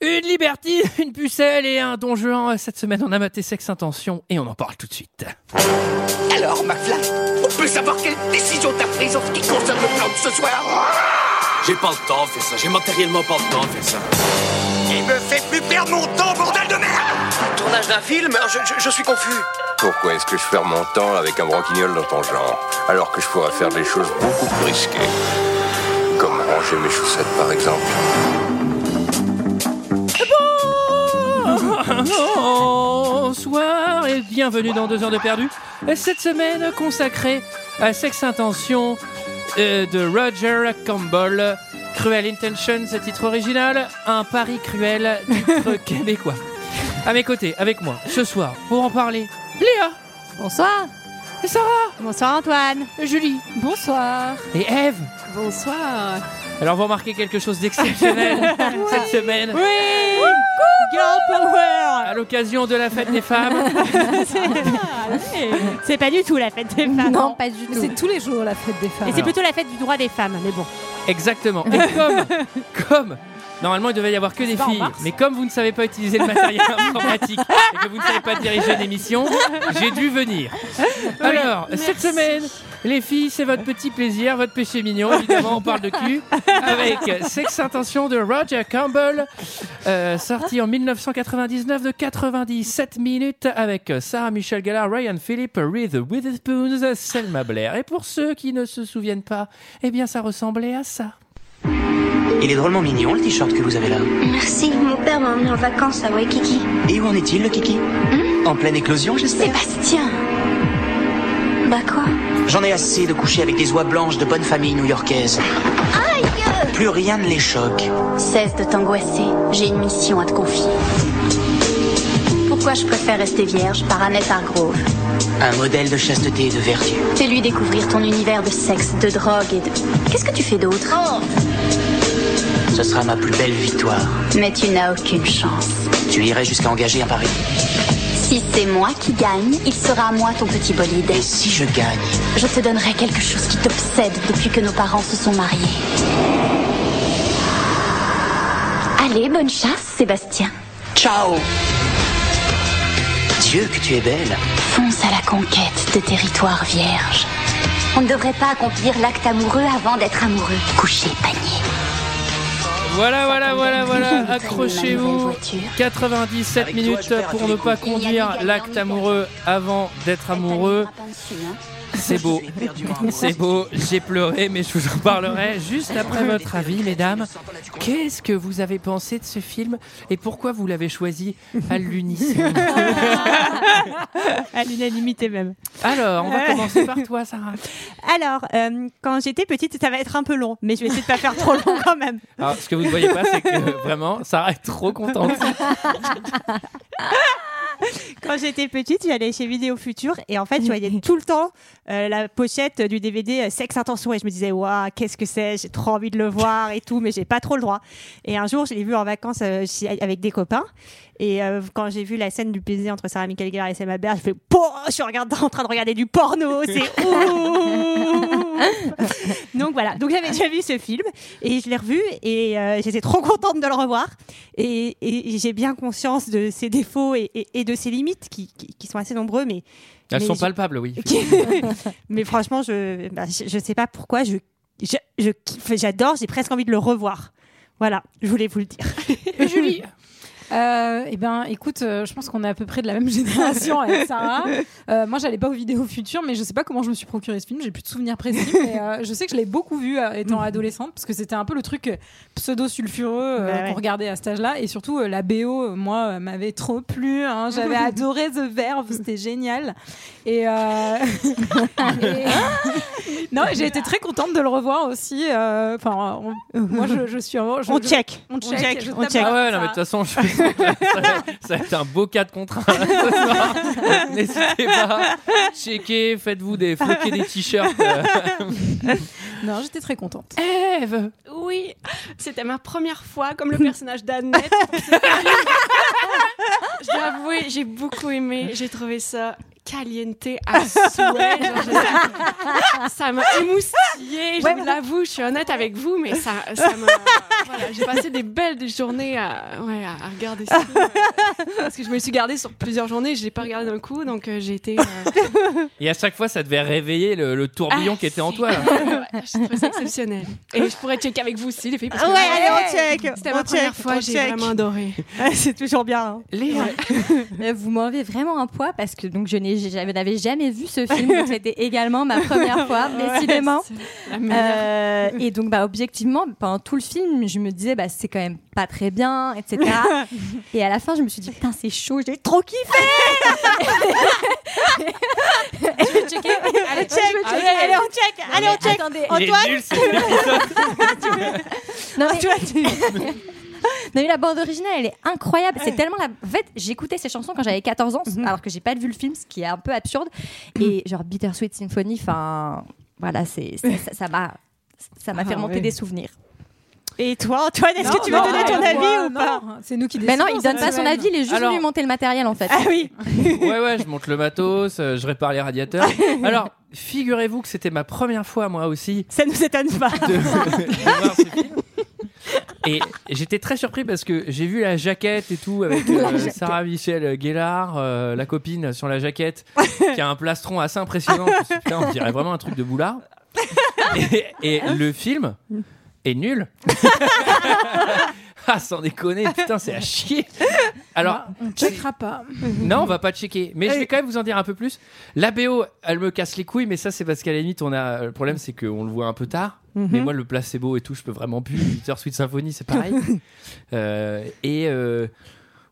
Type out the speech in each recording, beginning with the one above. Une libertine, une pucelle et un donjon. Cette semaine, on a maté Sex Intention et on en parle tout de suite. Alors, McFly, on peut savoir quelle décision t'as prise en ce qui concerne le plan de ce soir J'ai pas le temps de faire ça, j'ai matériellement pas le temps de faire ça. Il me fait plus perdre mon temps, bordel de merde Tournage d'un film je, je- je suis confus. Pourquoi est-ce que je perds mon temps avec un broquignol dans ton genre, alors que je pourrais faire des choses beaucoup plus risquées Comme ranger mes chaussettes, par exemple. Bonsoir et bienvenue dans 2 heures de perdu. Cette semaine consacrée à Sex Intention euh, de Roger Campbell. Cruel Intentions, titre original, un pari cruel, titre québécois. À mes côtés, avec moi, ce soir, pour en parler, Léa, Bonsoir. et Sarah, Bonsoir Antoine. et Julie, Bonsoir. et Eve. Bonsoir. Alors vous remarquez quelque chose d'exceptionnel cette semaine. Oui. Girl power. À l'occasion de la fête des femmes, C'est pas du tout la fête des femmes. Non, pas du tout. C'est tous les jours la fête des femmes. Et c'est plutôt la fête du droit des femmes, mais bon. Exactement. Et comme, comme normalement il devait y avoir que des pas en filles, mars mais comme vous ne savez pas utiliser le matériel informatique et que vous ne savez pas diriger l'émission, j'ai dû venir. Alors, cette semaine, les filles, c'est votre petit plaisir, votre péché mignon. Évidemment, on parle de cul avec Sex Intention de Roger Campbell, euh, sorti en 1999 de 97 minutes avec Sarah Michelle Gellar, Ryan Phillip, Reese Witherspoon, Selma Blair. Et pour ceux qui ne se souviennent pas, eh bien, ça ressemblait à ça. Il est drôlement mignon le t-shirt que vous avez là. Merci, mon père m'a emmené en vacances à Waikiki. Et où en est-il le kiki En pleine éclosion, j'espère. Sébastien Bah quoi J'en ai assez de coucher avec des oies blanches de bonne famille new-yorkaise. Plus rien ne les choque. Cesse de t'angoisser, j'ai une mission à te confier. Pourquoi je préfère rester vierge par Annette Hargrove Un modèle de chasteté et de vertu. Fais-lui découvrir ton univers de sexe, de drogue et de... Qu'est-ce que tu fais d'autre Ce sera ma plus belle victoire. Mais tu n'as aucune chance. Tu irais jusqu'à engager un pari. Si c'est moi qui gagne, il sera à moi ton petit bolide. Et si je gagne Je te donnerai quelque chose qui t'obsède depuis que nos parents se sont mariés. Allez, bonne chasse, Sébastien. Ciao Dieu que tu es belle. Fonce à la conquête de territoires vierges. On ne devrait pas accomplir l'acte amoureux avant d'être amoureux. Couchez le panier. Voilà, voilà, voilà, voilà, Très bonne accrochez-vous. voiture. 97 Avec toi, minutes je perds pour tous ne les pas coups. conduire l'acte amoureux avant d'être amoureux. Elle t'allumera pas dessus, hein. C'est beau, c'est beau, j'ai pleuré, mais je vous en parlerai juste après votre avis, mesdames. Qu'est-ce que vous avez pensé de ce film et pourquoi vous l'avez choisi à l'unisson À l'unanimité même. Alors, on va commencer par toi, Sarah. Alors, euh, quand j'étais petite, ça va être un peu long, mais je vais essayer de pas faire trop long quand même. Alors, ce que vous ne voyez pas, c'est que vraiment, Sarah est trop contente. Quand j'étais petite, j'allais chez Vidéo Futur et en fait, je voyais tout le temps euh, la pochette du DVD euh, Sexe Intention et je me disais, waouh, qu'est-ce que c'est J'ai trop envie de le voir et tout, mais j'ai pas trop le droit. Et un jour, je l'ai vu en vacances euh, chez- avec des copains et euh, quand j'ai vu la scène du baiser entre Sarah Michael Gellar et Selma Blair, je fais, Pouah, je suis regarde- en train de regarder du porno, c'est ouf Donc voilà, donc j'avais déjà vu ce film et je l'ai revu et euh, j'étais trop contente de le revoir et, et- et j'ai bien conscience de ses défauts et, et- et de ses limites qui, qui- qui sont assez nombreux, mais, Elles Mais sont je- palpables, oui. mais franchement, je, bah, je, je sais pas pourquoi, je, je, je kiffe, j'adore, j'ai presque envie de le revoir. Voilà, je voulais vous le dire. Julie Euh, eh ben, écoute, euh, je pense qu'on est à peu près de la même génération avec Sarah. Euh, moi, j'allais pas aux vidéos futures, mais je sais pas comment je me suis procuré ce film. J'ai plus de souvenirs précis, mais euh, je sais que je l'ai beaucoup vu euh, étant adolescente, parce que c'était un peu le truc euh, pseudo-sulfureux euh, Bah ouais. qu'on regardait à cet âge-là. Et surtout, euh, la BO, euh, moi, euh, m'avait trop plu. hein. J'avais adoré The Verve, c'était génial. Et, euh, et- non, j'ai été très contente de le revoir aussi. euh, Enfin, on- moi, je, je suis vraiment. je- on je- check, on check, je on tape check. Ah ouais, non, Ça- mais de toute façon, je pense que là, ça, va- ça va être un beau cas de contrat ce soir. N'hésitez pas, checkez, faites-vous des, floquez des t-shirts. euh. Non, j'étais très contente. Ève Oui, c'était ma première fois comme le personnage d'Annette. Je dois avouer, j'ai beaucoup aimé, j'ai trouvé ça caliente à souhait. Genre, j'ai- ça m'a émoustillée, je Ouais, vous mais- l'avoue, je suis honnête avec vous, mais ça, ça m'a. voilà, j'ai passé des belles journées à, ouais, à à regarder ça. euh, parce que je me suis gardée sur plusieurs journées, je l'ai pas regardé d'un coup, donc euh, j'ai été. euh, Et à chaque fois, ça devait réveiller le, le tourbillon qui était en toi. là. je trouve ça exceptionnel. Et je pourrais checker avec vous aussi, les filles. parce que Ah Ouais, vraiment, allez, on check. C'était On ma première check, fois, on j'ai check. vraiment adoré. C'est toujours bien. hein. Euh, Vous m'enlevez vraiment un poids parce que donc je n'ai- je n'avais jamais vu ce film, donc c'était également ma première fois, Ouais, décidément. la meilleure. Euh, et donc bah objectivement, pendant tout le film, je me disais bah c'est quand même pas très bien, etc. et à la fin, je me suis dit putain c'est chaud, j'ai trop kiffé. Je vais checker. Allez, Check, je vais allez, checker. ah allez, on check, allez, on check. Attendez. Il est nul, cet épisode. Non, mais... Non, mais la bande originale, elle est incroyable. C'est tellement la. En fait, j'écoutais ces chansons quand j'avais 14 ans, Mhm. alors que j'ai pas vu le film, ce qui est un peu absurde. Et genre Bittersweet Symphony, enfin, voilà, c'est c'est- ça ça m'a ça m'a fait Ah, remonter ouais. des souvenirs. Et toi, Antoine, est-ce Non, que tu veux non, donner ton moi, avis ou non, pas C'est nous qui Mais décidons. non, il donne cette pas son semaine. avis, il est juste Alors- venu monter le matériel en fait. Ah oui. Ouais, ouais, je monte le matos, euh, je répare les radiateurs. Alors, figurez-vous que c'était ma première fois, moi aussi, Ça nous étonne pas. de, de voir ce film. Et j'étais très surpris parce que j'ai vu la jaquette et tout avec euh, Sarah Michel Gellar, euh, la copine sur la jaquette, qui a un plastron assez impressionnant. Je me suis dit, Putain, on dirait vraiment un truc de boulard. Et, et le film est nul. ah, sans déconner, putain, c'est à chier. Alors, On checkera pas. non, on va pas checker. Mais je vais quand même vous en dire un peu plus. La BO, elle me casse les couilles, mais ça, c'est parce qu'à la limite, on a. euh, Le problème, c'est qu'on le voit un peu tard. Mhm. Mais moi, le placebo et tout, je peux vraiment plus. Peter Sweet Symphony, c'est pareil. Euh, et. euh,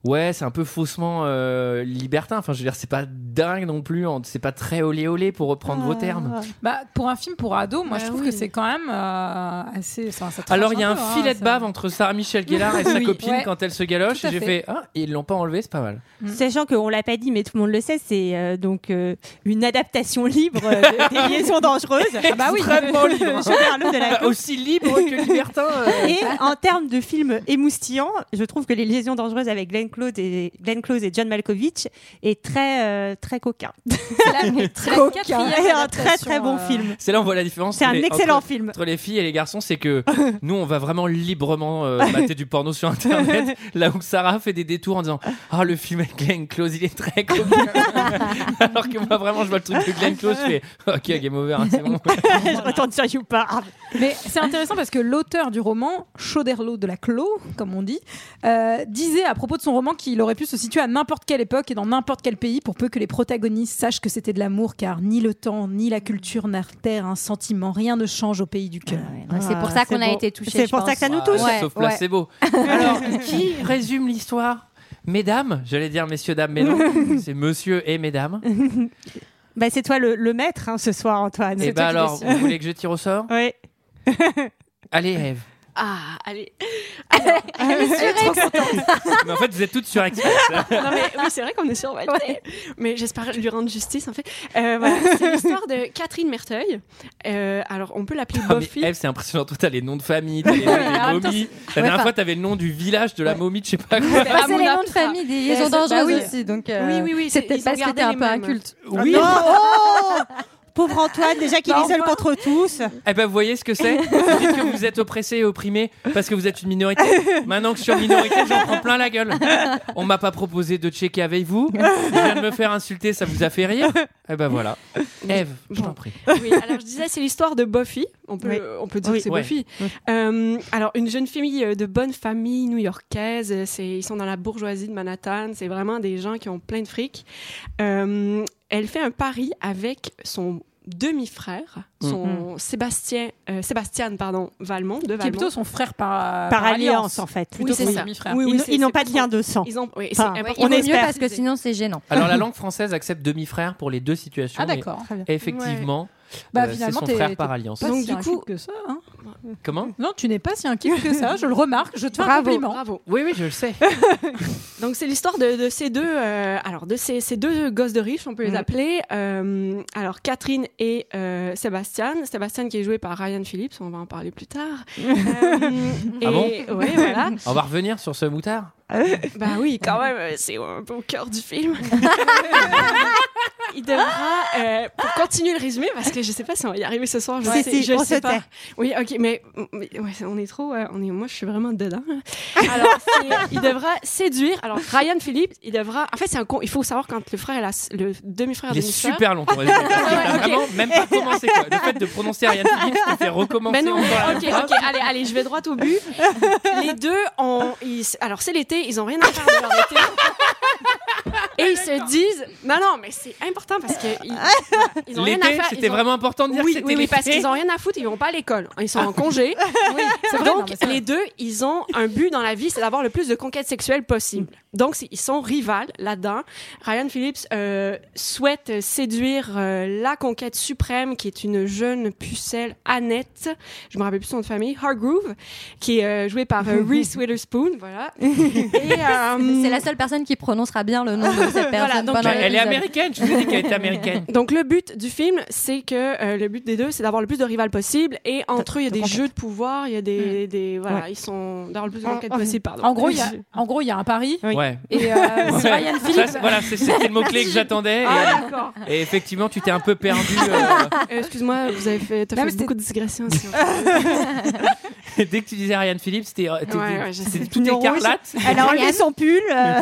Ouais, c'est un peu faussement euh, libertin. Enfin, je veux dire, c'est pas dingue non plus. en- C'est pas très olé olé pour reprendre vos termes. Bah, pour un film pour ado, Bah moi je trouve oui. que c'est quand même euh, assez. enfin, ça tranche Alors, il y a un peu, hein, filet de ça- bave entre Sarah Michel Gellar et sa Oui. copine Ouais. quand elle se galoche. Tout à Et j'ai fait. fait, ah, ils l'ont pas enlevé, c'est pas mal. Sachant qu'on l'a pas dit, mais tout le monde le sait, c'est euh, donc euh, une adaptation libre euh, de- des liaisons dangereuses. Ah bah oui, Extrêmement libre. Jean-Carlo de la Aussi libre que libertin. euh. Et en termes de films émoustillants, je trouve que Les Liaisons dangereuses avec Glenn Close et, Glenn Close et John Malkovich est très, euh, très coquin. C'est la- c'est la quatrième Et un très adaptation, très bon euh, film. C'est là où on voit la différence. C'est un entre les- excellent entre- film. Entre les filles et les garçons, c'est que nous, on va vraiment librement euh, mater du porno sur Internet, là où Sarah fait des détours en disant Ah, le film avec Glenn Close, il est très coquin. Alors que moi, vraiment, je vois le truc de Glenn Close, je fais Ok, game over, hein, c'est bon. je retourne sur YouPark. Ah, Mais c'est intéressant parce que l'auteur du roman, Chauderlot de la Clos, comme on dit, euh, disait à propos de son roman qu'il aurait pu se situer à n'importe quelle époque et dans n'importe quel pays pour peu que les protagonistes sachent que c'était de l'amour, car ni le temps, ni la culture n'altèrent un sentiment, rien ne change au pays du cœur. c'est pour ça qu'on a été touchés. C'est pour ça que ça nous touche. Ah, Ouais, Sauf ouais. placebo. Alors, qui résume l'histoire Mesdames, j'allais dire messieurs, dames, mais non, c'est monsieur et mesdames. Bah, c'est toi le, le maître hein, ce soir, Antoine. Et C'est bah toi qui alors, décides. vous voulez que je tire au sort Ouais. Allez, Eve. Ah, allez. Ah, Mais en fait, vous êtes toutes sur Non, mais Eh, oui, c'est vrai qu'on est survoltés. Mais j'espère lui rendre justice, en fait. Euh, voilà, c'est l'histoire de Catherine Merteuil. Euh, alors, on peut l'appeler Ah, mais Buffy. Eve, c'est impressionnant. Toi, t'as les noms de famille, t'as les noms Ouais, en des même temps, momies. La dernière enfin- fois, t'avais le nom du village de la momie, de je sais pas quoi. Bah, c'est les Ramona noms de Petra. famille des Eh, liaisons c'est- bah dangereuses oui. aussi, donc euh, Oui, oui, oui, c'est c'est- peut-être ils parce ont que t'es gardé un les peu mêmes. inculte. Oui. Non, oh Pauvre Antoine, déjà qu'il Bah, est seul enfin. contre tous. Eh ben, vous voyez ce que c'est Vous dites que vous êtes oppressé et opprimé parce que vous êtes une minorité. Maintenant que je suis en minorité, j'en prends plein la gueule. On m'a pas proposé de checker avec vous. Je viens de me faire insulter, ça vous a fait rire Eh ben voilà. Eve, je t'en prie. Oui, alors je disais, c'est l'histoire de Buffy. On peut, Oui. on peut dire Oui. que c'est Ouais. Buffy. Euh, alors, une jeune fille euh, de bonne famille new-yorkaise. euh, c'est- Ils sont dans la bourgeoisie de Manhattan. C'est vraiment des gens qui ont plein de fric. Euh, elle fait un pari avec son demi-frère, son Sébastien, euh, Sébastien pardon, Valmont, de Qui est Valmont. plutôt son frère par, Par alliance, en fait. Plutôt Oui, c'est que son ça. demi-frère. Oui, Ils oui, n'ont- c'est- ils n'ont c'est pas pour de ça. lien de sang. Ils ont, oui, Enfin, c'est Ouais, important. il vaut On mieux espère. parce que sinon c'est gênant. Alors, la langue française accepte demi-frère pour les deux situations. Ah d'accord. Et Effectivement, Bah, euh, c'est finalement, son t'es- frère t'es par alliance. Pas Donc, si du inculte coup- que ça. hein. Comment Non, tu n'es pas si inquiète que ça. Je le remarque. Je te fais un Bravo, compliment. bravo. Oui, oui, je le sais. Donc c'est l'histoire de, de ces deux, euh, alors de ces, ces deux gosses de riches, on Mm. peut les appeler. euh, alors Catherine et euh, Sébastien. Sébastien qui est joué par Ryan Phillips, on va en parler plus tard. Euh, Ah bon et- ouais, voilà. On va revenir sur ce moutard. Bah oui, quand même, euh, c'est un peu au cœur du film. il devra, euh, pour continuer le résumé, parce que je sais pas si on va y arriver ce soir. Je Si, sais, si, je on sais se pas. tait. Oui, ok, mais, mais ouais, on est trop. euh, on est, moi, je suis vraiment dedans. Alors, c'est- il devra séduire. Alors, Ryan Philippe, il devra. En fait, c'est un con. Il faut savoir quand le frère et la, s- le demi-frère. Il est demi-sœur- super long ton résumé. Ouais, Ah, ok. Vraiment, même pas commencé quoi. Le fait de prononcer Ariane Philippe, ça fait recommencer. Ben non, encore la ok, phrase. ok, allez, allez, je vais droit au but. Les deux ont. ils- alors, c'est l'été, ils ont rien à faire de leur été. Et ils se disent. Non, non, mais c'est important parce que. Ils, voilà, ils ont rien à L'été, faire. c'était ils ont- vraiment important de dire oui, que c'était oui, oui, parce l'été. qu'ils ont rien à foutre, ils vont pas à l'école. Ils sont en congé. Oui, c'est vrai, Donc, les deux, ils ont un but dans la vie, c'est d'avoir le plus de conquêtes sexuelles possible. Donc, c'est- ils sont rivales là-dedans. Ryan Phillips euh, souhaite séduire euh, la conquête suprême, qui est une jeune pucelle, Annette, je me rappelle plus son nom de famille, Hargrove, qui est euh, jouée par euh, Reese Witherspoon. Voilà. euh, C'est Mm. la seule personne qui prononcera bien le nom de cette personne. Voilà, donc, pendant euh, elle est l'épisode. américaine, Je vous ai dit qu'elle était américaine. Donc le but du film, c'est que euh, le but des deux, c'est d'avoir le plus de rivales possible. Et entre eux, il y a des jeux de pouvoir, il y a des, des- voilà, Ouais. ils sont d'avoir le plus de Mm. En- conquêtes en- possible. Pardon. En gros, il y a- en gros, il y a un pari. Ouais. Et euh, c'est Ouais. Ryan Ça, Philippe. c'est- voilà, c'est- c'était le mot-clé que j'attendais. Ah, et- d'accord. et, effectivement, tu t'es un peu perdu. euh, Euh, Excuse-moi, vous avez fait, t'as Non, mais fait c'était- beaucoup de digressions. Dès que tu disais Ariane Philippe, c'était euh, t'étais- Ouais, ouais, je c'était sais. tout Pignon rouge. écarlate. Elle a enlevé son pull. euh,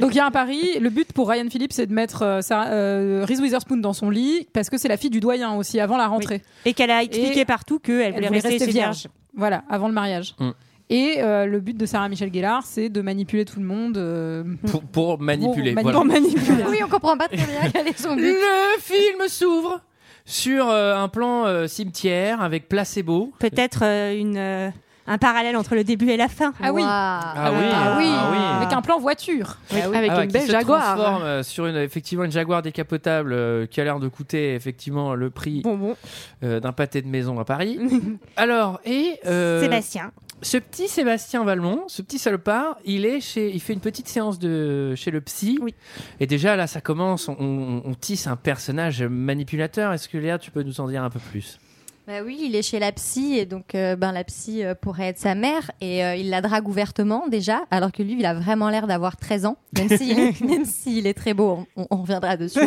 Donc il y a un pari. Le but pour Ryan Phillips, c'est de mettre euh, Sarah- euh, Reese Witherspoon dans son lit parce que c'est la fille du doyen aussi avant la rentrée. Et qu'elle a expliqué partout qu'elle Elle voulait voulait rester, rester chez vierge. vierge. Voilà, avant le mariage. Mm. Et euh, le but de Sarah Michelle Gellar, c'est de manipuler tout le monde. euh, Mm. Pour, pour manipuler. mani- voilà. pour manipuler. Oui, on comprend pas très bien quel est son but. Le film s'ouvre sur euh, un plan euh, cimetière avec placebo. Peut-être euh, une, euh, un parallèle entre le début et la fin. Ah oui. Ah oui, Ah oui. ah oui. Avec un plan voiture. Avec Ah ouais, une qui belle se Jaguar. transforme, euh, sur une, effectivement une Jaguar décapotable euh, qui a l'air de coûter effectivement le prix Bon, bon. euh, d'un pâté de maison à Paris. Alors, et euh, Sébastien. ce petit Sébastien Valmont, ce petit salopard, il est chez, il fait une petite séance de chez le psy. Et déjà là, ça commence, on, on- on tisse un personnage manipulateur. Est-ce que Léa, tu peux nous en dire un peu plus Bah oui, il est chez la psy et donc euh, ben la psy euh, pourrait être sa mère et euh, il la drague ouvertement déjà, alors que lui, il a vraiment l'air d'avoir 13 ans, même s'il est, même s'il est très beau, on, on- on reviendra dessus.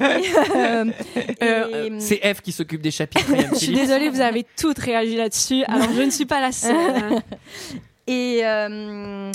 Euh, et- Euh, C'est F qui s'occupe des chapitres. Ryan Je suis Phillips. désolée, vous avez toutes réagi là-dessus. Alors je ne suis pas la seule. Et, euh,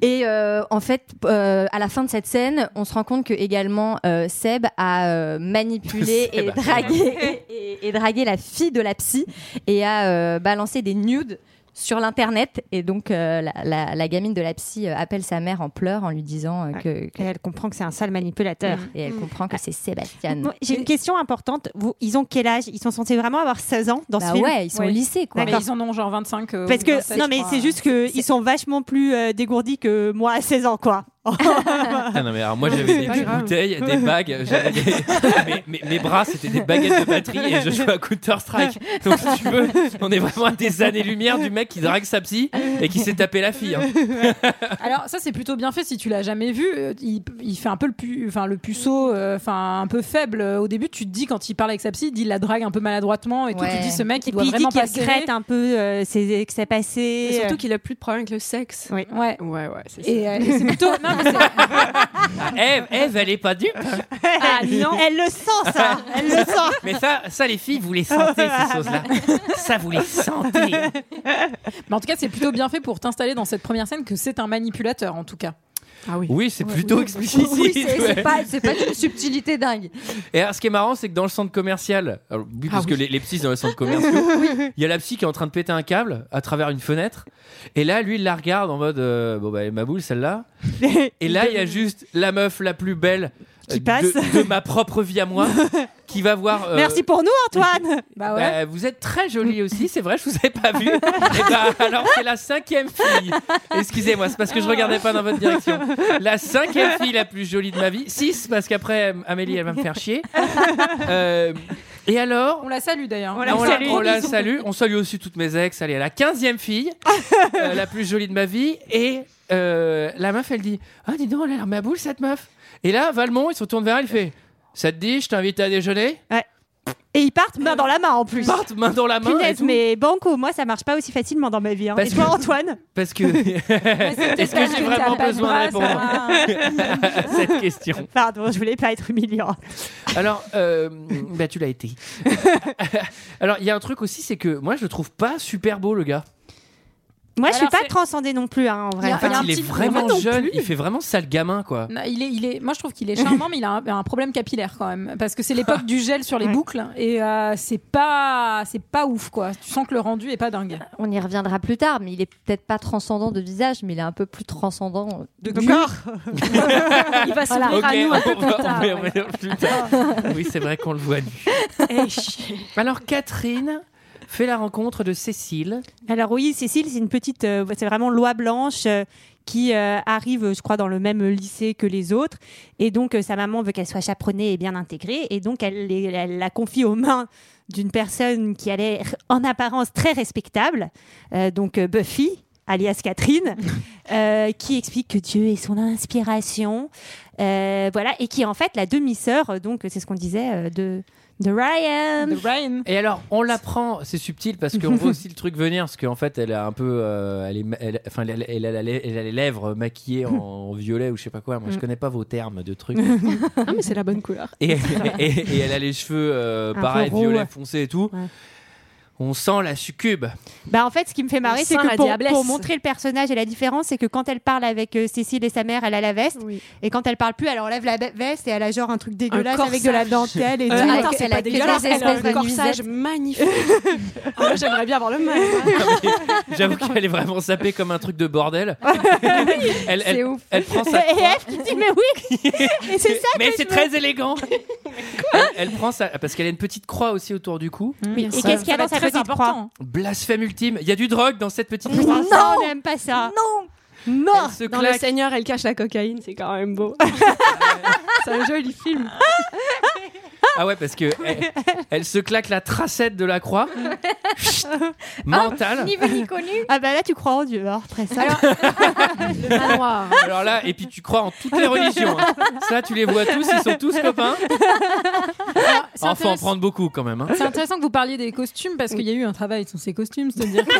et euh, en fait, euh, à la fin de cette scène, on se rend compte que également euh, Seb a euh, manipulé Seb et a- dragué, et, et dragué la fille de la psy et a euh, balancé des nudes sur l'internet et donc euh, la, la- la gamine de la psy euh, appelle sa mère en pleurs en lui disant euh, que, que- Et elle comprend que c'est un sale manipulateur. et elle comprend Ah. que c'est Sébastien. Bon, J'ai une question importante. Vous, ils ont quel âge Ils sont censés vraiment avoir 16 ans dans Bah ce film ouais, ils sont au Ouais. lycée quoi. Mais ils en ont genre 25. euh, Parce ou que 27, non je mais crois. c'est juste que ils sont vachement plus euh, dégourdis que moi à 16 ans quoi. Ah non, mais alors moi j'avais pas des grave. bouteilles, des bagues, j'avais des- mes, mes- mes bras c'était des baguettes de batterie et je jouais à Counter Strike. Donc si tu veux, on est vraiment à des années-lumière du mec qui drague sa psy et qui s'est tapé la fille. hein. Alors ça c'est plutôt bien fait si tu l'as jamais vu. euh, Il, il fait un peu le, pu, enfin, le puceau, euh, enfin un peu faible euh, au début. Tu te dis quand il parle avec sa psy, il dit, il la drague un peu maladroitement et tout. Ouais. Tu te dis ce mec il Et doit puis il dit vraiment qu'il passer. regrette hein. un peu euh, ses excès passés. Et surtout qu'il a plus de problème avec le sexe. Oui. Ouais. Ouais, ouais, c'est ça. Et, euh, et c'est plutôt non, mais c'est- Ah, Eve, Eve, elle est pas dupe. Ah non. Elle le sent ça. Elle le sent. Mais ça, ça les filles, vous les sentez ces choses-là. Ça, vous les sentez. mais en tout cas c'est plutôt bien fait pour t'installer dans cette première scène que c'est un manipulateur en tout cas. Ah oui. Oui, c'est plutôt explicite. Oui, c'est ouais. c'est pas, c'est pas une subtilité dingue. Et alors, ce qui est marrant, c'est que dans le centre commercial, alors, oui, parce Ah que oui. les, les psys dans les centres commerciaux, il y a la psy qui est en train de péter un câble à travers une fenêtre. Et là, lui, il la regarde en mode euh, Bon, bah, elle est ma boule, celle-là. Et là, il y a juste la meuf la plus belle euh, Qui passe. De, de ma propre vie à moi qui va voir. euh, Merci pour nous Antoine. Bah ouais. bah, vous êtes très jolie aussi, c'est vrai, je vous avais pas vu. Et bah, alors c'est la cinquième fille. Excusez-moi, c'est parce que je regardais pas dans votre direction. La cinquième fille la plus jolie de ma vie. Six, parce qu'après euh, Amélie, elle va me faire chier. Euh, et alors On la salue d'ailleurs. on la, on la salue. On salue aussi toutes mes ex. Elle est la quinzième fille, euh, la plus jolie de ma vie. Et euh, la meuf, elle dit Ah, dis donc, elle a l'air ma boule, cette meuf. Et là, Valmont, il se retourne vers elle, il fait Ça te dit, je t'invite à déjeuner Ouais. Et ils partent main dans la main en plus. Ils partent main dans la main et Punaise, tout. mais banco, moi ça marche pas aussi facilement dans ma vie. hein. Parce et toi que- Antoine Parce que. Est-ce que parce j'ai que vraiment t'as pas de besoin de bras, répondre à cette question Pardon, je voulais pas être humiliant. Alors, euh, bah, tu l'as été. Alors, il y a un truc aussi, c'est que moi, je le trouve pas super beau, le gars. Moi je suis Alors, pas c'est- transcendée non plus hein, en vrai. En fait, y a un il est petit- vraiment Moi non jeune, plus. il fait vraiment sale gamin, quoi. Non, il est, il est, moi je trouve qu'il est charmant, mais il a un, un problème capillaire quand même, parce que c'est l'époque du gel sur les boucles et euh, c'est pas, c'est pas ouf quoi. Tu sens que le rendu est pas dingue. On y reviendra plus tard, mais il est peut-être pas transcendant de visage, mais il est un peu plus transcendant de corps. il va s'ouvrir Ok, à nous un peu on plus va- tard. on va y revenir plus tard. Oui, c'est vrai qu'on le voit nu. Alors, Catherine fait la rencontre de Cécile. Alors oui, Cécile, c'est une petite, euh, c'est vraiment Loi Blanche euh, qui euh, arrive, je crois, dans le même lycée que les autres. Et donc, euh, sa maman veut qu'elle soit chaperonnée et bien intégrée. Et donc, elle, les- elle la confie aux mains d'une personne qui a l'air en apparence très respectable, euh, donc euh, Buffy alias Catherine, euh, qui explique que Dieu est son inspiration, euh, voilà, et qui est en fait la demi-sœur, euh, donc c'est ce qu'on disait, euh, de, de Ryan. Et alors, on l'apprend, c'est subtil parce qu'on voit aussi le truc venir, parce qu'en fait, elle a un peu, euh, elle est, ma- elle- enfin, elle, elle a la lè- elle a les lèvres maquillées en violet ou je sais pas quoi. Moi, je Mm. connais pas vos termes de trucs. Ah, mais c'est la bonne couleur. et, et- et elle a les cheveux euh, Un peu pareil, roux, violet ouais. foncé et tout. On sent la succube. Ah, Bah en fait, ce qui me fait marrer, c'est sent que la pour, diablesse. pour montrer le personnage et la différence, c'est que quand elle parle avec euh, Cécile et sa mère, elle a la veste, et quand elle parle plus, elle enlève la be- veste et elle a genre un truc dégueulasse avec de la dentelle et Euh, tout. attends, c'est Elle a pas quelques dégueulasse, elle a espèces un de corsage nuisettes. magnifique. Ah, ouais, J'aimerais bien avoir le même. J'avoue qu'elle est vraiment sapée comme un truc de bordel. elle, elle- ouf. elle prend sa Et F qui dit mais oui. et c'est ça. Mais que c'est je très veux. élégant. elle, elle prend ça parce qu'elle a une petite croix aussi autour du cou. Oui, Et qu'est-ce qu'il y a dans sa petite croix Blasphème ultime. Il y a du drogue dans cette petite Non, croix. ça, on n'aime pas ça. Non. Mort. Elle se Dans le claque. Seigneur, elle cache la cocaïne, c'est quand même beau. c'est un joli film. Ah ouais, parce que elle, elle se claque la tracette de la croix. Chut. Mentale. Ni vu ni connu. Ah bah là, tu crois en Dieu. Alors après ça. Alors là, et puis tu crois en toutes les religions. hein. Ça, tu les vois tous, ils sont tous copains. C'est Enfin, en intéressant- prendre beaucoup quand même. hein. C'est intéressant que vous parliez des costumes parce qu'il y a eu un travail sur ces costumes, c'est-à-dire. que-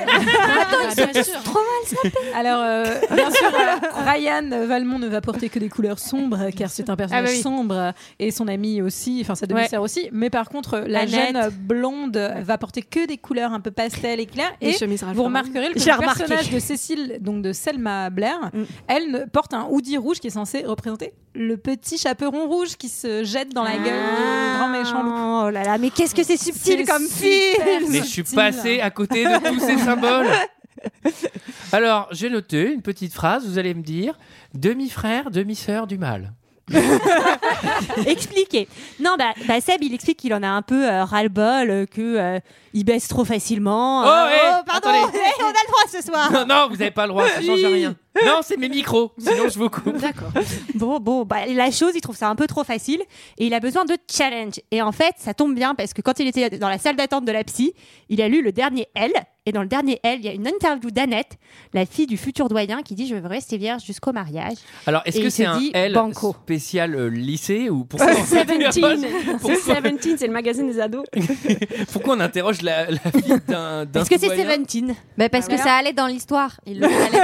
Ah, bien sûr. Trop mal ça. Alors, euh, bien sûr, euh, Ryan Valmont ne va porter que des couleurs sombres euh, car c'est un personnage Ah bah oui. sombre euh, et son ami aussi, enfin sa demi-sœur aussi. Mais par contre, la Annette. jeune blonde va porter que des couleurs un peu pastel et claires. Les Et chemises Ralph vous Lauren. remarquerez que J'ai le remarqué. personnage de Cécile, donc de Selma Blair, Mm. elle ne- porte un hoodie rouge qui est censé représenter le petit chaperon rouge qui se jette dans Ah. la gueule du grand méchant loup. Oh là là, mais qu'est-ce que c'est subtil C'est comme super film. Mais je suis passé à côté de tous ces symboles. Alors, j'ai noté une petite phrase, vous allez me dire demi-frère, demi-sœur du mal. Expliquer. Non, bah, bah, Seb, il explique qu'il en a un peu euh, ras-le-bol, euh, que euh, il baisse trop facilement. Oh, Euh, hey, pardon, attendez. hey, on a le droit ce soir. Non, non, vous n'avez pas le droit, ça change rien. Non, c'est mes micros, sinon je vous coupe. D'accord. Bon, bon, bah, la chose, il trouve ça un peu trop facile et il a besoin de challenge. Et en fait, ça tombe bien parce que quand il était dans la salle d'attente de la psy, il a lu le dernier L. Et dans le dernier L, il y a une interview d'Annette, la fille du futur doyen, qui dit Je veux rester vierge jusqu'au mariage. Alors, est-ce Et que il c'est se un dit L banco. spécial euh, lycée ou pourquoi on interroge- 17. pourquoi, Seventeen, c'est le magazine des ados. pourquoi on interroge la, la fille d'un d'un Est-ce que c'est Ah, citoyen Seventeen Mais parce que ça allait dans l'histoire. Il le fallait.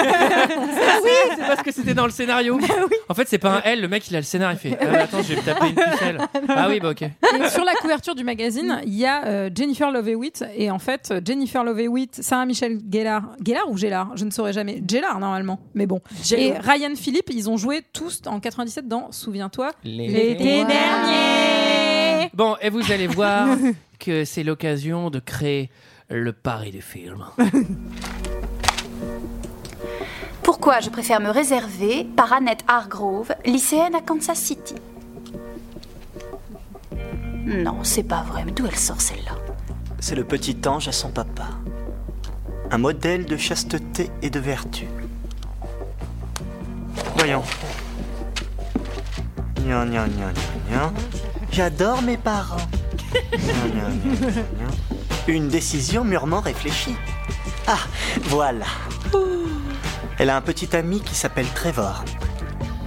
C'est parce que c'était dans le scénario. Ah En fait, c'est pas un L, le mec il a le scénario, il fait Ah, bah, Attends, je vais me taper une pucelle. Ah oui, bah ok. Et sur la couverture du magazine, il y a euh, Jennifer Love Hewitt. Et en fait, euh, Jennifer Love Hewitt, Sarah Michelle Gellar. Gellar ou Gellar Je ne saurais jamais. Gellar, normalement. Mais bon. Et Ryan Philippe, ils ont joué tous en 97 dans Souviens-toi. L'été Wow. dernier. Bon, et vous allez voir que c'est l'occasion de créer le pari du film. Pourquoi je préfère me réserver par Annette Hargrove, lycéenne à Kansas City. Non, c'est pas vrai, mais d'où elle sort celle-là C'est le petit ange à son papa. Un modèle de chasteté et de vertu. Voyons. Gnan, gnan, gnan, gnan, gnan. J'adore mes parents. Gnan, gnan, gnan, gnan, gnan. Une décision mûrement réfléchie. Ah, voilà. Elle a un petit ami qui s'appelle Trevor.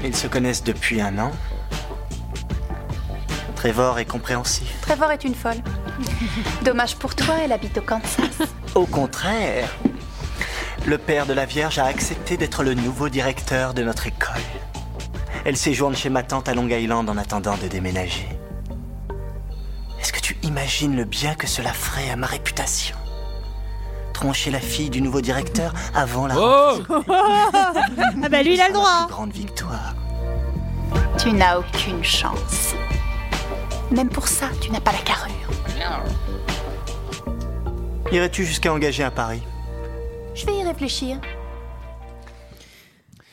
Ils se connaissent depuis un an. Trevor est compréhensif. Trevor est une folle. Dommage pour toi, elle habite au Kansas. Au contraire, le père de la Vierge a accepté d'être le nouveau directeur de notre école. Elle séjourne chez ma tante à Long Island en attendant de déménager. Est-ce que tu imagines le bien que cela ferait à ma réputation Troncher la fille du nouveau directeur avant la rentrée. ah bah lui, Oh. il a le droit. grande victoire. Tu n'as aucune chance. Même pour ça, tu n'as pas la carrure. Irais-tu jusqu'à engager un pari Je vais y réfléchir.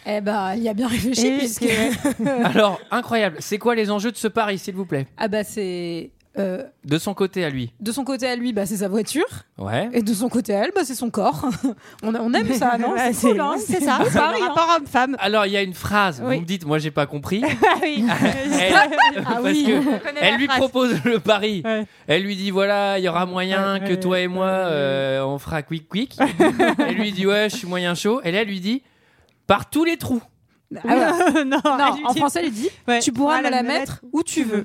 Eh ben, il y a bien réfléchi Et puisque. Alors, incroyable. C'est quoi les enjeux de ce pari, s'il vous plaît ah bah c'est. euh, De son côté à lui. de son côté à lui, bah c'est sa voiture. Ouais. Et de son côté à elle, bah c'est son corps. on, on aime ça, non Ouais, C'est cool, hein c'est- c'est ça. C'est C'est un pareil, hein. homme-femme. Alors, il y a une phrase. Oui. Vous me dites, moi, j'ai pas compris. oui. Elle, Ah parce oui, que je connais elle la lui phrase. propose le pari. Elle lui dit voilà, il y aura moyen que toi et moi euh, on fera quick quick. elle lui dit ouais, je suis moyen chaud. Et là, elle lui dit par tous les trous. Ah ouais. non, Non, elle lui en dit- français, elle dit Ouais. Tu pourras Ah, me la mettre où tu veux.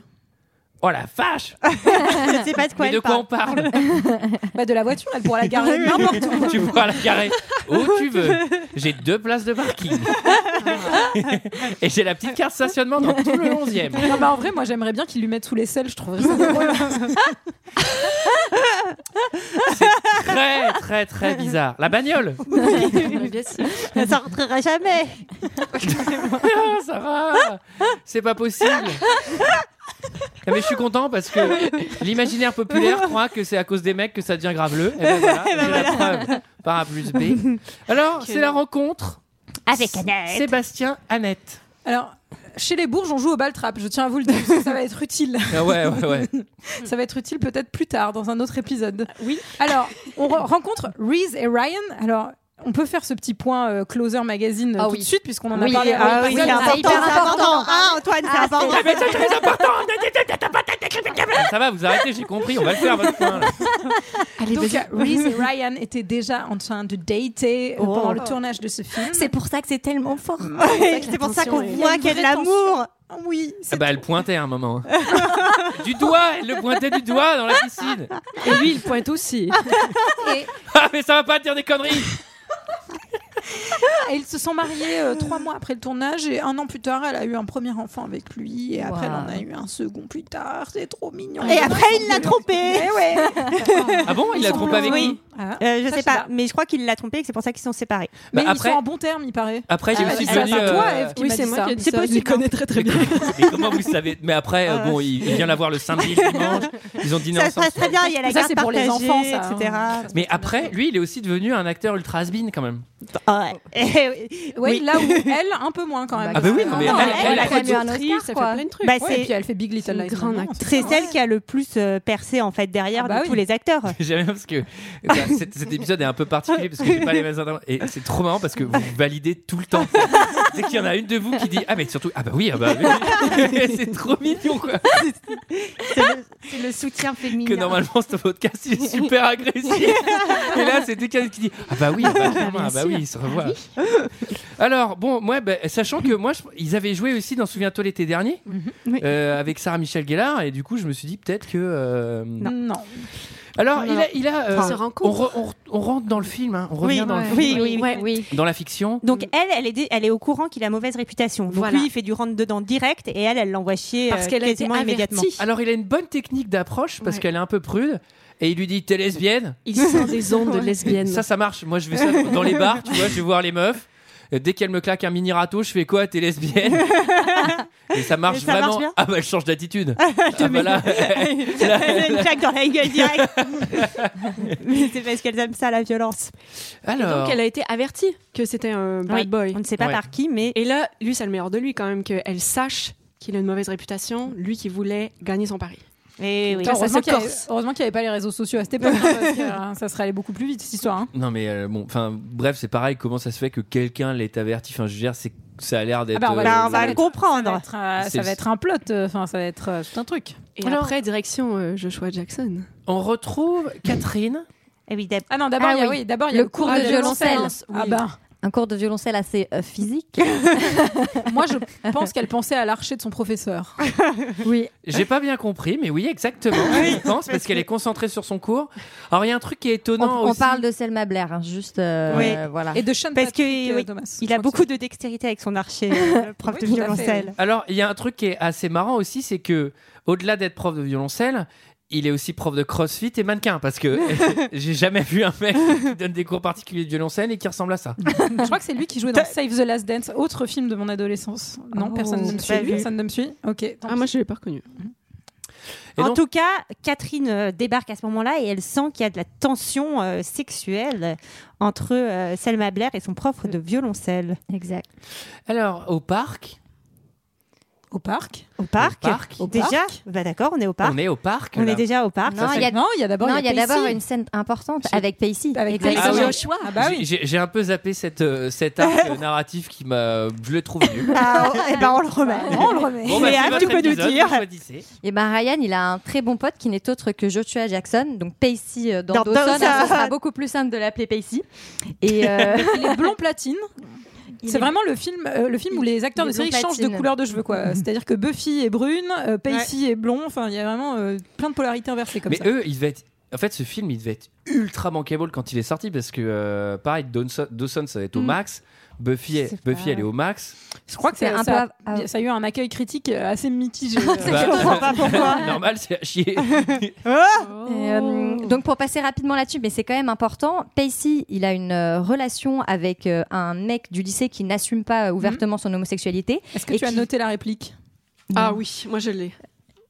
Oh la vache Je sais pas de quoi Mais de elle quoi on parle. parle bah, de la voiture, elle pourra la garer n'importe où. Tu pourras la garer où tu veux. J'ai deux places de parking. et j'ai la petite carte stationnement dans tout le 11e. Non, bah, en vrai, moi j'aimerais bien qu'il lui mette sous les selles, je trouverais ça drôle. Très très très bizarre. La bagnole Elle s'en retirera jamais. Ah, ça va C'est pas possible Ah, mais je suis content parce que l'imaginaire populaire croit que c'est à cause des mecs que ça devient graveleux. Et ben voilà, j'ai la preuve par A plus B. Alors, c'est la rencontre Avec Annette. Sébastien Annette. Alors, chez les Bourges, on joue au ball trap, je tiens à vous le dire, parce que ça va être utile. Ah ouais, ouais, ouais. Ça va être utile peut-être plus tard dans un autre épisode. Ah, Oui. Alors, on re- rencontre Reese et Ryan. Alors, on peut faire ce petit point euh, Closer Magazine euh, Ah tout oui. de suite puisqu'on en Oui, a parlé. ah oui, c'est parce que- important, hyper c'est important. Ah, Antoine, c'est important. Ah, Ça va, vous arrêtez, j'ai compris, on va le faire votre point. là. Donc, euh, Reese et Ryan étaient déjà en train de dater euh, Oh. pendant le tournage de ce film. C'est pour ça que c'est tellement fort. C'est pour ça qu'on Attention, il y a voit une qu'il y a de vraie l'amour. Euh, Oui. Ah bah, elle pointait à un moment. hein. Du doigt, elle le pointait du doigt dans la piscine. Et lui, il pointe aussi. Et, Ah, mais ça va pas dire des conneries et ils se sont mariés euh, trois mois après le tournage et un an plus tard, elle a eu un premier enfant avec lui et après, Waouh. elle en a eu un second plus tard. C'est trop mignon. Et après, il l'a trompé. Eh ouais. Ah bon, il l'a trompé avec Oui. qui Ah, Euh, je ça, sais pas, mais je crois qu'il l'a trompé et que c'est pour ça qu'ils sont séparés. Mais Bah, ils après- sont en bon terme, il paraît. Après, il est Ah, aussi bah, ça, devenu. c'est toi, euh, hein. Eve, qui Oui, m'a c'est dit moi ça. qui ai dit C'est ça. Je les possible, connais très très bien. Mais comment vous savez Mais après, euh, Ah bon, ouais. il, il vient la voir le samedi, le dimanche. Ils ont dîné Ça se ensemble. passe très bien, il y a la Ça, garde c'est pour les partagée, enfants, ça, etc. Mais après, lui, il est aussi devenu un acteur ultra has quand même. Ah ouais. Eh oui. Ouais, Oui. là où elle, un peu moins quand même. Ah bah oui, non, mais Non, elle- elle- elle- elle a quand même eu un Actrice, Oscar, ça fait quoi. plein de trucs. Bah, Ouais, c'est- et puis elle fait Big Little une Lies. grande maintenant. actrice. C'est celle qui a le plus euh, percé en fait derrière Ah bah de oui. tous les acteurs. J'aime bien parce que bah, cet, cet épisode est un peu particulier parce que j'ai pas les mêmes interventions. Et c'est trop marrant parce que vous validez tout le temps. Dès qu'il y en a une de vous qui dit Ah, mais surtout, ah bah oui, ah bah oui. c'est trop mignon quoi. C'est le, c'est le soutien féminin. Que normalement, ce podcast, il est super agressif. Et là, c'est dès qu'il y en a qui dit Ah bah oui, ah bah, clairement, ah bah oui, il se revoit. Alors, bon, moi, bah, sachant que moi, je- ils avaient joué aussi dans Souviens-toi l'été dernier Oui. euh, avec Sarah Michel Gellar. Et du coup, je me suis dit peut-être que. euh, Non. Alors, Non, il a. Il a, euh, Enfin, se rencontre. on, re- on re- on rentre dans le film, hein, on revient Oui, dans le ouais. film. oui, oui, oui. Dans la fiction. Donc elle, elle est, dé- elle est au courant qu'il a mauvaise réputation. Donc Mm. Voilà. lui, il fait du rentre dedans direct et elle, elle l'envoie chier Parce euh, qu'elle a été quasiment immédiatement. avertie. Alors, il a une bonne technique d'approche parce Ouais. qu'elle est un peu prude. Et il lui dit T'es lesbienne Il sent des ondes lesbiennes. Ça, ça marche. Moi, je vais ça dans les bars, tu vois, je vais voir les meufs. Euh, Dès qu'elle me claque un mini râteau, je fais quoi T'es lesbienne Et ça marche Et ça marche vraiment. bien ah bah, elle change d'attitude. ah bah là, elle a une claque dans la gueule direct. Mais c'est parce qu'elles aiment ça la violence. Alors, Donc elle a été avertie que c'était un bad Oui. boy. On ne sait pas Ouais. par qui, mais Et là, lui, c'est le meilleur de lui quand même, qu'elle sache qu'il a une mauvaise réputation, lui qui voulait gagner son pari. Eh oui. Putain, Ça, heureusement ça qu'il n'y avait, corse. heureusement qu'il y avait pas les réseaux sociaux à cette époque, hein, parce que, euh, ça serait allé beaucoup plus vite cette histoire. hein. non mais euh, bon, enfin bref, c'est pareil. Comment ça se fait que quelqu'un l'ait averti Enfin, je veux dire, c'est ça a l'air d'être. Ah bah, on va- Bah, on va Ça va le être- Ça va comprendre. être, euh, C'est- ça va être un plot, euh, enfin ça va être euh, tout un truc. Et Alors- après, direction euh, Joshua Jackson. On retrouve Catherine. Eh oui, d'ab- Ah non, d'abord Ah il y a, oui. oui, d'abord il y a Le le cours cours de de violoncelle. violoncelle. Ah ben, un cours de violoncelle assez euh, physique. Moi, je pense qu'elle pensait à l'archer de son professeur. Oui. J'ai pas bien compris, mais oui, exactement. Je pense parce qu'elle est concentrée sur son cours. Alors il y a un truc qui est On, étonnant on aussi. parle de Selma Blair, hein, juste. euh, Oui. voilà. Et de Sean Parce que Patrick, euh, oui, Thomas, il a beaucoup de dextérité avec son archer, euh, le prof de tout à fait. violoncelle. Alors il y a un truc qui est assez marrant aussi, c'est que au-delà d'être prof de violoncelle. Il est aussi prof de crossfit et mannequin parce que j'ai jamais vu un mec qui donne des cours particuliers de violoncelle et qui ressemble à ça. Je crois que c'est lui qui jouait dans Save the Last Dance, autre film de mon adolescence. Non, Oh, personne ne me j'ai pas suit. vu. Personne ne me suit. Ok. Ah, moi, je l'ai pas reconnu. Et en donc- tout cas, Catherine euh, débarque à ce moment-là et elle sent qu'il y a de la tension euh, sexuelle entre euh, Selma Blair et son prof de violoncelle. Exact. Alors au parc, Au parc. Au parc. parc. Au Déjà, parc. bah d'accord, on est au parc. on est au parc. On là. est déjà au parc. Non, Ça, il y a, Non, il y a d'abord. non, il y a Pacey. d'abord une scène importante avec Pacey. Avec Ah oui. Joshua. bah Bah J'ai j'ai un peu zappé cette, euh, cet arc euh, narratif qui m'a. Je le trouve nul. Ah, oh, eh ben on le remet. On le remet. Bon, bah, Mais c'est Anne, votre tu peux nous épisode, dire. vous choisissez. Et ben Ryan, il a un très bon pote qui n'est autre que Joshua Jackson, donc Pacey euh, dans, Dans Dawson. Dawson. hein, ce sera beaucoup plus simple de l'appeler Pacey. Et euh, Il est blond platine. il C'est est- vraiment le film, euh, le film où les acteurs il de est série blond changent de platine. couleur de cheveux. quoi. C'est-à-dire que Buffy est brune, euh, Pacey est blond. Enfin, il y a vraiment euh, plein de polarités inversées comme Mais ça. eux, ils devaient être. En fait, ce film, il devait être ultra bankable quand il est sorti parce que, euh, pareil, Dawson, Dawson, ça va être au Mm. max. Buffy, est- C'est Buffy pas- elle est au max. Je crois que C'est ça, un ça a- peu av- av- ça a eu un accueil critique euh, assez mitigé. euh. Bah, Je Ah, comprends pas pourquoi. Normal, c'est à chier. Et, euh, donc pour passer rapidement là-dessus, mais c'est quand même important. Pacey, il a une euh, relation avec euh, un mec du lycée qui n'assume pas euh, Hmm. ouvertement son homosexualité. Est-ce que Et tu as qui- noté la réplique Ah oui, moi je l'ai.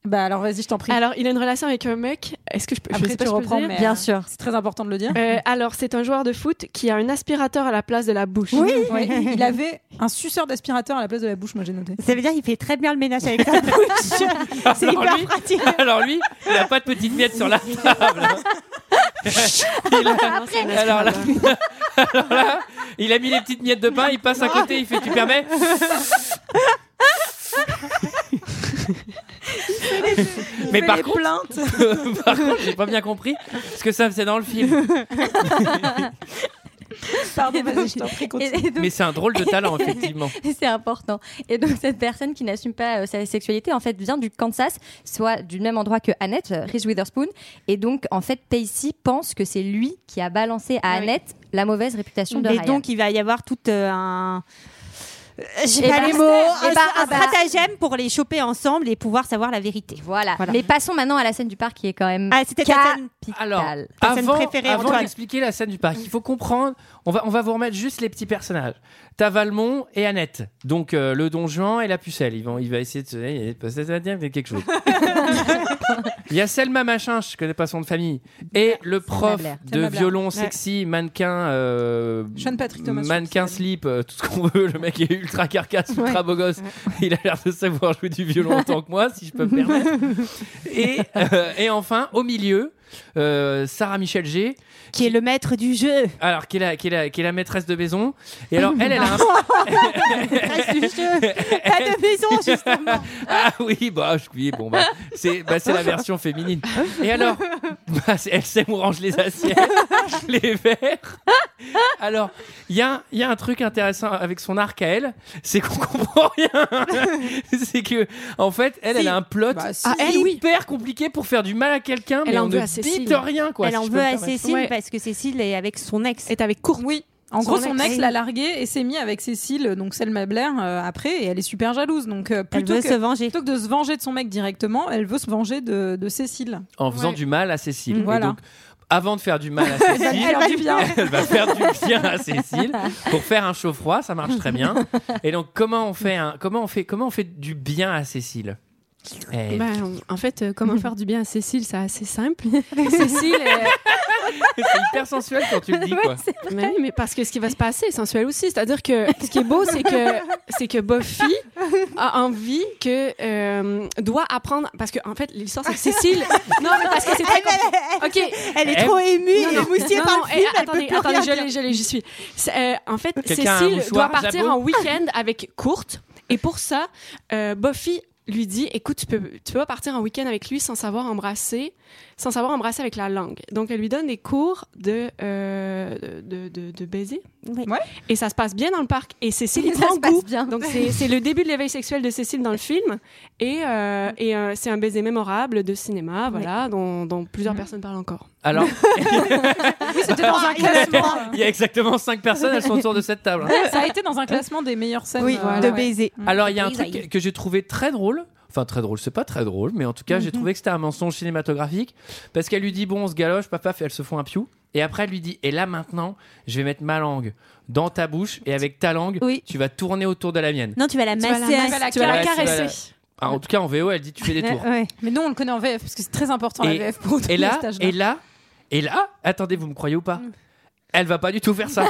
Bah alors vas-y, je t'en prie. Alors, il a une relation avec un mec. Est-ce que je peux je Après, sais tu pas si je peux le reprends, dire. mais Bien euh, sûr. c'est très important de le dire. Euh, alors, c'est un joueur de foot qui a un aspirateur à la place de la bouche. Oui. Oui, il avait un suceur d'aspirateur à la place de la bouche, moi j'ai noté. Ça veut dire qu'il fait très bien le ménage avec sa bouche. C'est Alors hyper lui- pratique. Alors lui, il n'a pas de petite miette sur la Ah table. bah, Il a- Non, c'est un Alors là, aspirateur. alors là, il a mis les petites miettes de pain, il passe à côté, il fait Tu permets Mais par contre, par contre, j'ai pas bien compris ce que ça faisait dans le film. Pardon, vas-y, je t'en prie, continue. Et- et donc, Mais c'est un drôle de talent, effectivement. C'est important. Et donc cette personne qui n'assume pas euh, sa sexualité, en fait, vient du Kansas, soit du même endroit que Annette, euh, Reese Witherspoon. Et donc, en fait, Pacey pense que c'est lui qui a balancé à Oui. Annette Ah la mauvaise réputation de Et Ryan. Ah donc, il va y avoir tout euh, un. euh, J'ai Eh pas ben, les mots. eh Un, ben, un ah bah. stratagème pour les choper ensemble et pouvoir savoir la vérité. voilà. Voilà. Mais passons maintenant à la scène du parc qui est quand même Ah, c'était ta scène- capitale. Alors, Ta scène avant, préférée, avant Antoine. d'expliquer la scène du parc, il faut comprendre. On va, on va vous remettre juste les petits personnages. T'as Valmont et Annette. Donc, euh, le Don Juan et la pucelle. Ils vont, il va essayer de se. eh, Ça va dire quelque chose. il y a Selma Machin, je connais pas son nom de famille. Et le prof Blair. de Selma Blair. violon Ouais. sexy, mannequin. euh, Sean Patrick Thomas, Mannequin je sais pas. slip, euh, tout ce qu'on veut. Le mec est ultra carcasse, ultra beau gosse. Il a l'air de savoir jouer du violon autant que moi, si je peux me permettre. Et, euh, et enfin, au milieu, euh, Sarah Michel G, Qui est le maître du jeu. alors qui est, la, qui, est la, qui est la maîtresse de maison. Et alors, elle, elle Oh, a un... Maîtresse du jeu. Pas de maison, justement. Ah oui, bah, je- oui, bon, bah, c'est bah, c'est la version féminine. Et alors, bah, c'est- elle sait où on range les assiettes, les verres. Alors, il y a, un- il y a un truc intéressant avec son arc à elle, c'est qu'on comprend rien. c'est que, en fait, elle, elle a un plot Bah, si. hyper compliqué pour faire du mal à quelqu'un, Elle mais en on veut ne à Cécile. bite rien, quoi. Elle si en je peux veut me à permettre. Cécile Ouais. parce que Cécile est avec son ex. Est avec court. Oui. En Son gros, son ex. ex l'a larguée et s'est mis avec Cécile, donc Selma Blair, euh, après, et elle est super jalouse. Donc, euh, Elle plutôt, veut que, se venger. plutôt que de se venger de son mec directement, elle veut se venger de, de Cécile. En faisant Ouais. du mal à Cécile. Mm. Et Voilà. donc, avant de faire du mal à Cécile, Elle va bien. Elle va faire du bien à Cécile pour faire un chaud froid, ça marche très bien. Et donc comment on fait un, comment on fait comment on fait du bien à Cécile Eh, Bah. Ben, on- en fait, euh, comment faire du bien à Cécile, c'est assez simple. Cécile, est- C'est hyper sensuel quand tu le dis quoi. mais, oui, mais parce que ce qui va se passer est sensuel aussi. C'est-à-dire que ce qui est beau, c'est que, c'est que Buffy a envie que. euh, doit apprendre. Parce que, en fait, l'histoire, c'est que Cécile. Non, mais parce que c'est très compliqué. Ok, Elle est Elle- trop émue, Non, non, émoustillée non, par non, le film. eh, elle attendez, peut plus attendez, rien je dire. l'ai, je l'ai, j'y suis. C'est, euh, en fait, Quelqu'un a un Cécile mouchoir, doit partir Jabot en week-end avec Kurt, et pour ça, euh, Buffy lui dit écoute tu peux tu peux pas partir en week-end avec lui sans savoir embrasser sans savoir embrasser avec la langue donc elle lui donne des cours de euh, de, de, de baiser et ça se passe bien dans le parc et Cécile Et ça prend se passe goût bien. donc c'est c'est le début de l'éveil sexuel de Cécile dans le film et, euh, et euh, c'est un baiser mémorable de cinéma voilà dont, dont plusieurs personnes parlent encore Alors, Oui, c'était dans un classement. il y a exactement 5 personnes, elles sont autour de cette table. hein. Ça a été dans un classement des meilleures scènes Oui, euh, de ouais. baiser. Alors, Mmh. bah, il y a un truc que j'ai trouvé très drôle. Enfin, très drôle, c'est pas très drôle, mais en tout cas, j'ai trouvé que c'était un mensonge cinématographique. Parce qu'elle lui dit Bon, on se galoche, paf, paf, et elles se font un piou. Et après, elle lui dit Et là, maintenant, je vais mettre ma langue dans ta bouche, et avec ta langue, tu vas tourner autour de la mienne. Non, tu vas la Tu vas la masser. masser, tu vas la caresser. Ah, en tout cas, en VO, elle dit Tu fais des tours. Mais nous, on le connaît en VF parce que c'est très important Et- la VF pour et là, stage et là, et là, attendez, vous me croyez ou pas Elle va pas du tout faire ça.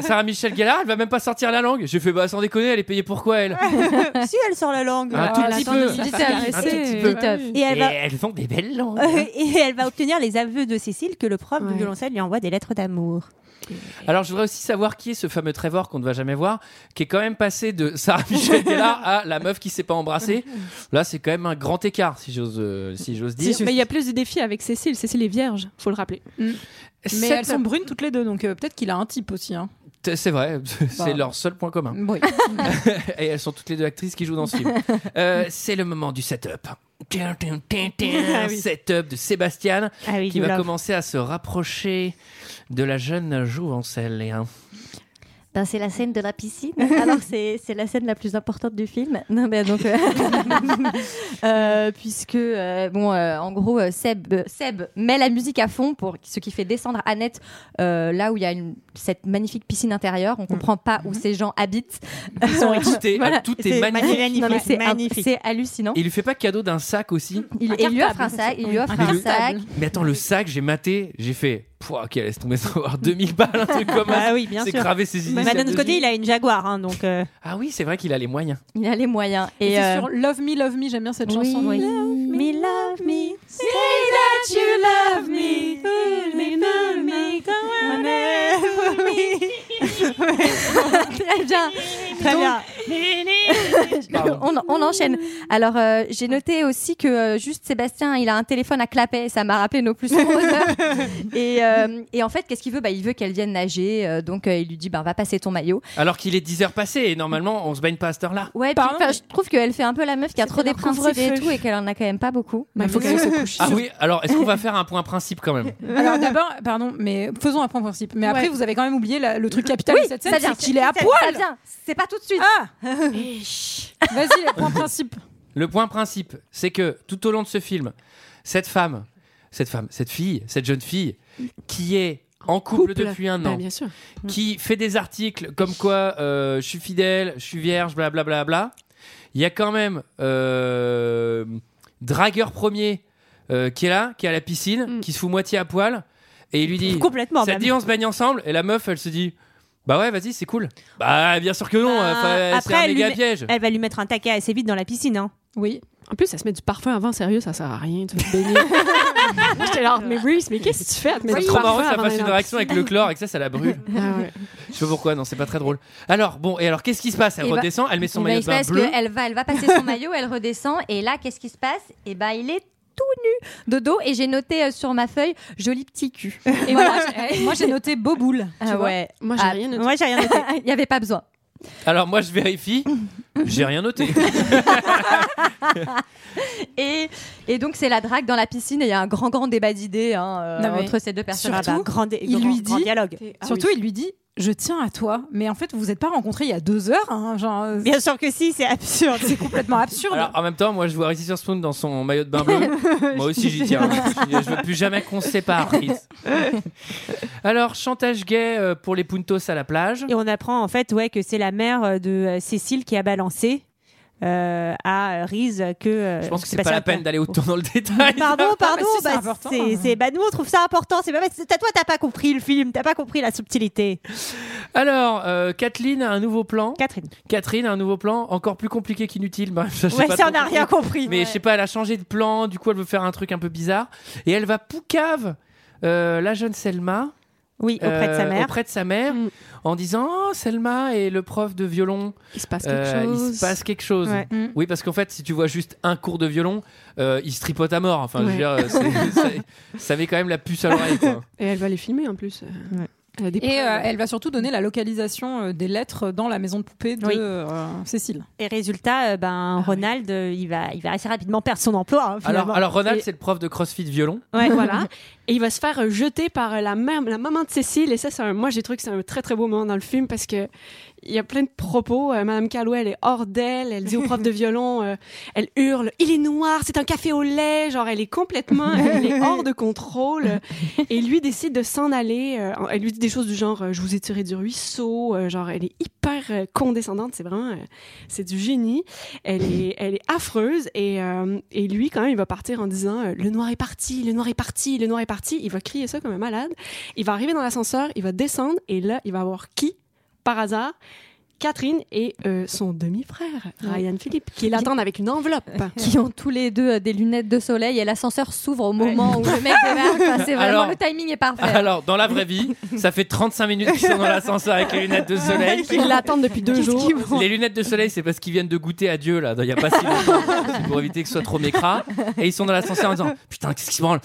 Sarah Michel Gellar, elle va même pas sortir la langue. J'ai fait bah sans déconner, elle est payée pour quoi elle si elle sort la langue. Un tout petit peu. Un tout petit peu. Et elle va. elles ont des belles langues. hein. Et elle va obtenir les aveux de Cécile que le prof de violoncelle lui envoie des lettres d'amour. Alors je voudrais aussi savoir qui est ce fameux Trevor qu'on ne va jamais voir, qui est quand même passé de Sarah Michel Gellar à la meuf qui s'est pas embrassée. Là, c'est quand même un grand écart, si j'ose, euh, si j'ose dire. mais il y a plus de défis avec Cécile Cécile est vierge faut le rappeler Mais elles sont brunes toutes les deux, donc euh, peut-être qu'il a un type aussi. hein. T- C'est vrai, c'est Bah. leur seul point commun. Oui. Et elles sont toutes les deux actrices qui jouent dans ce film. Euh, c'est le moment du setup. Tin, tin, tin, tin. Ah oui. Setup de Sébastien Ah oui, qui you va love. commencer à se rapprocher de la jeune jouvencelle. hein. Ben, c'est la scène de la piscine. Alors, c'est c'est la scène la plus importante du film. Non, mais donc, euh, euh, puisque, euh, bon, euh, en gros, euh, Seb, euh, Seb met la musique à fond, pour ce qui fait descendre Annette euh, là où il y a une- cette magnifique piscine intérieure. On comprend pas Mm-hmm. où ces gens habitent. Ils sont excités. Ah, tout est C'est magnifique. magnifique. Non, mais c'est un- Magnifique. C'est hallucinant. Il lui fait pas cadeau d'un sac aussi Il, il lui offre un sac, il lui offre un sac. Mais attends, le sac, j'ai maté, j'ai fait. Pouah, ok, laisse tomber, ça va avoir 2000 balles, un truc comme ça. Ah oui, bien c'est sûr. gravé ses Mais initiales Bah, d'un autre dessus. côté, il a une Jaguar, hein, donc. euh, Ah oui, c'est vrai qu'il a les moyens. Il a les moyens. Et, Et, c'est euh, sur Love Me, Love Me, j'aime bien cette chanson. oui. Me love me, say that you love me. Très bien. Très bien. on, on enchaîne. Alors, euh, j'ai noté aussi que euh, juste Sébastien, il a un téléphone à clapet. Ça m'a rappelé nos plus sombres heures. Et, euh, et en fait, qu'est-ce qu'il veut bah, Il veut qu'elle vienne nager. euh, donc, euh, il lui dit bah, va passer ton maillot. Alors qu'il est 10h passé et normalement, on se baigne pas à cette heure-là. Ouais, puis, enfin, je trouve qu'elle fait un peu la meuf qui a trop des principes et tout et qu'elle en a quand même pas beaucoup. euh, Ah oui, alors est-ce qu'on va faire un point principe quand même Alors d'abord, pardon, mais faisons un point principe. Mais après, Ouais. vous avez quand même oublié la- le truc capital Oui, de cette scène, ça vient. c'est qu'il est à Ça- poil. ça vient. C'est pas tout de suite. Ah. Vas-y, point principe. Le point principe, c'est que tout au long de ce film, cette femme, cette femme, cette fille, cette jeune fille, qui est en couple, Couple. depuis un Bah, an, bien sûr. qui fait des articles comme quoi euh, je suis fidèle, je suis vierge, blablabla, bla, bla. il y a quand même euh, Dragueur Premier euh, qui est là, qui est à la piscine, qui se fout moitié à poil, et il lui dit Mm. Complètement, bah, Ça te même. dit on se baigne ensemble Et la meuf, elle se dit Bah ouais, vas-y, c'est cool. Bah bien sûr que non, Bah, enfin, c'est un elle, lui méga met- piège. elle va lui mettre un taquet assez vite dans la piscine. Hein. Oui. En plus, ça se met du parfum avant, sérieux, ça sert à rien de se baigner. J'étais là, mais Reese, mais qu'est-ce que tu fais à te mettre C'est du trop parfum marrant, ça passe avant d'aller une dans la réaction avec le chlore et que ça, ça la brûle. Ah ouais. Je sais pas pourquoi, non, c'est pas très drôle. Alors, bon, et alors, qu'est-ce qui se passe Elle Et bah- redescend, elle met son et bah, il maillot de se bain passe bleu. que Elle va, elle va passer son maillot, elle redescend, et là, qu'est-ce qui se passe Et ben, il est tout nu de dos, et j'ai noté euh, sur ma feuille joli petit cul. Et moi, j'ai- moi, j'ai noté beau boule. tu vois. Ah, Moi, j'ai rien noté. Ah Moi, j'ai rien noté. Il n'y avait pas besoin. Alors, moi, je vérifie, j'ai rien noté. Et, et donc, c'est la drague dans la piscine, et il y a un grand, grand débat d'idées hein, euh, Non, mais entre ces deux personnes. Ah bah, Surtout, il lui dit, ah Surtout, il lui dit, je tiens à toi, mais en fait, vous vous êtes pas rencontrés il y a deux heures, hein, genre. euh, Bien sûr que si, c'est absurde. C'est complètement absurde. Alors, en même temps, moi, je vois Reese Witherspoon dans son maillot de bain bleu. moi aussi, j'y tiens. Je je veux plus jamais qu'on se sépare, Reese. Alors, chantage gay euh, pour les puntos à la plage. Et on apprend en fait ouais, que c'est la mère euh, de euh, Cécile qui a balancé euh, à euh, Riz que. euh, Je pense que c'est Sébastien pas la Pla- peine d'aller Ah, autant dans le détail. Pardon, pardon, si, c'est bah, important. c'est, c'est- bah, nous on trouve ça important. C'est pas, c'est- t'as- toi t'as pas compris le film, t'as pas compris la subtilité. Alors, euh, Kathleen a un nouveau plan. Catherine. Catherine a un nouveau plan, encore plus compliqué qu'inutile. Bah, je sais Ouais, pas ça, on trop n'a rien comment- compris. Mais Ouais. je sais pas, elle a changé de plan, du coup, elle veut faire un truc un peu bizarre. Et elle va poucave euh, la jeune Selma. Oui, auprès de sa mère. Auprès de sa mère, en disant Oh, Selma et le prof de violon. Il se passe quelque chose. Il se passe quelque chose. Ouais. Mm. Oui, parce qu'en fait, si tu vois juste un cours de violon, euh, il se tripote à mort. Enfin, je veux Ouais. dire, euh, c'est- c'est- ça avait quand même la puce à l'oreille. quoi. Et elle va les filmer en plus. Elle a des Et preuves. euh, elle va surtout donner la localisation euh, des lettres dans la maison de poupée de euh, Cécile. Et résultat, euh, ben, Ronald, euh, il, va, il va assez rapidement perdre son emploi. hein, Alors, finalement. alors, Ronald, Et- c'est le prof de CrossFit violon. Ouais, voilà. Et il va se faire euh, jeter par euh, la, mère, la maman de Cécile. Et ça, c'est un- moi, j'ai trouvé que c'est un très, très beau moment dans le film parce que il y a plein de propos. Euh, Madame Calloway, elle est hors d'elle. Elle dit au prof de violon, euh, elle hurle Il est noir, c'est un café au lait. Genre, elle est complètement elle est hors de contrôle. Et lui décide de s'en aller. Euh, elle lui dit des choses du genre euh, Je vous ai tiré du ruisseau. Euh, genre, elle est hyper euh, condescendante. C'est vraiment. euh, c'est du génie. Elle est, elle est affreuse. Et, euh, et lui, quand même, il va partir en disant euh, Le noir est parti, le noir est parti, le noir est parti. Il va crier ça comme un malade. Il va arriver dans l'ascenseur, il va descendre. Et là, il va avoir qui Par hasard Catherine et euh, son demi-frère, Ryan Philippe, qui l'attendent avec une enveloppe. Qui ont tous les deux euh, des lunettes de soleil et l'ascenseur s'ouvre au moment où le mec démarre. quoi. C'est vraiment Alors- le timing est parfait. Alors, dans la vraie vie, ça fait 35 minutes qu'ils sont dans l'ascenseur avec les lunettes de soleil. Ils l'attendent depuis deux jours. Les lunettes de soleil, c'est parce qu'ils viennent de goûter à Dieu, là, il n'y a pas si longtemps, C'est pour éviter que ce soit trop mécra. Et ils sont dans l'ascenseur en disant Putain, qu'est-ce qui se branle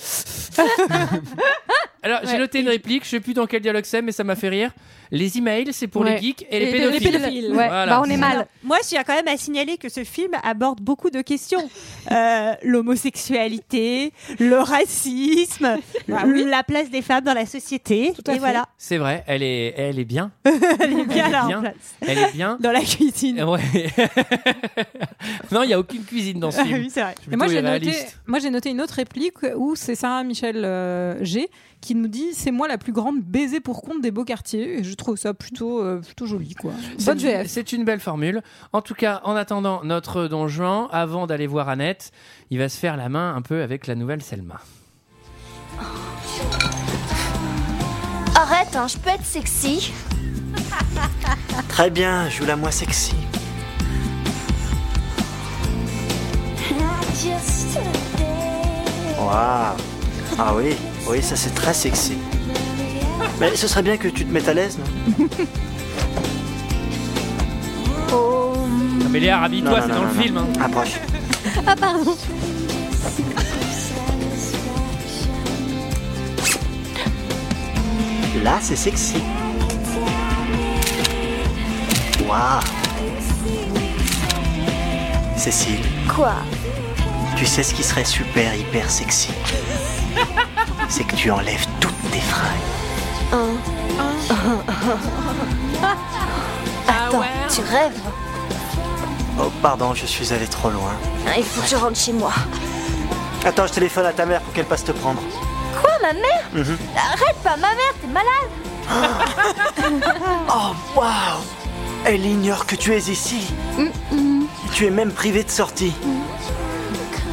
Alors, j'ai noté une réplique, je sais plus dans quel dialogue c'est, mais ça m'a fait rire. Les emails, c'est pour Ouais. les geeks et les pédophiles. Voilà. Alors, Moi, je tiens quand même à signaler que ce film aborde beaucoup de questions. Euh, L'homosexualité, le racisme, la place des femmes dans la société. et voilà. C'est vrai, elle est, elle est bien. Elle est bien là en place. Elle est bien. Dans la cuisine. Ouais. non, il n'y a aucune cuisine Ah dans ce film. Je suis Et moi plutôt j'ai noté, irréaliste. moi j'ai noté une autre réplique où c'est Sarah Michel euh, G qui nous dit c'est moi la plus grande baiser pour compte des beaux quartiers. Et je trouve ça plutôt euh, plutôt joli quoi. C'est Bonne une- VF. C'est une belle formule. En tout cas, en attendant notre Don Juan, avant d'aller voir Annette, il va se faire la main un peu avec la nouvelle Selma. Arrête, hein, je peux être sexy. Très bien, joue la moi sexy. Waouh Ah oui, oui, ça c'est très sexy. Mais ce serait bien que tu te mettes à l'aise, non Non, mais Léa, habille-toi, Non, c'est non, dans non, le non. film. hein. Approche. Ah, pardon. Là, c'est sexy. Waouh Cécile, Quoi tu sais ce qui serait super hyper sexy C'est que tu enlèves toutes tes fringues. Attends, tu rêves Oh, pardon, je suis allé trop loin. Hein, Il faut que je rentre chez moi. Attends, je téléphone à ta mère pour qu'elle passe te prendre. Quoi, ma mère Mhm. Arrête pas, ma mère, t'es malade Oh, waouh Elle ignore que tu es ici. Mm, Tu es même privé de sortie.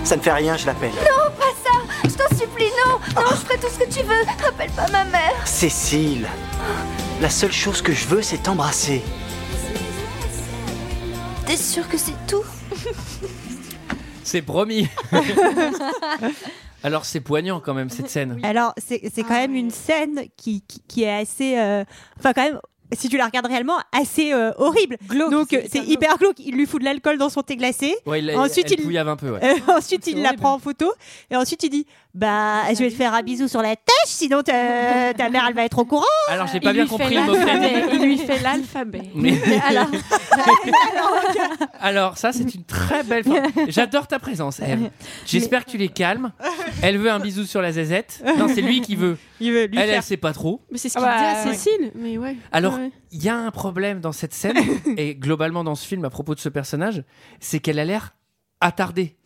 Ça ne fait rien, je l'appelle. Non, pas ça Je t'en supplie, non Non, je ferai tout ce que tu veux. Appelle pas ma mère. Cécile, la seule chose que je veux, c'est t'embrasser. T'es sûre que c'est tout C'est promis. Alors, c'est poignant quand même cette scène. Alors, c'est c'est quand même une scène qui, qui, qui est assez. euh, Enfin, quand même. Si tu la regardes réellement, assez euh, horrible. Donc euh, c'est hyper glauque. Il lui fout de l'alcool dans son thé glacé. Ouais, il- ensuite, elle il pouillave un peu, ouais. Euh, ensuite, il la prend en photo. Et ensuite, il dit Bah, je vais te faire un bisou sur la tâche, sinon ta, ta mère, elle va être au courant. Alors, j'ai pas bien compris le mot Il lui fait l'alphabet. Mais- alors, Alors, ça, c'est une très belle fin. J'adore ta présence, Eve. J'espère que tu les calmes. Elle veut un bisou sur la zézette. Non, c'est lui qui veut. Il veut elle, elle faire. sait pas trop. Mais c'est ce qu'il Ah bah, dit à ouais. Cécile. Mais ouais. Alors, Ouais. il y a un problème dans cette scène, et globalement dans ce film à propos de ce personnage, c'est qu'elle a l'air attardée.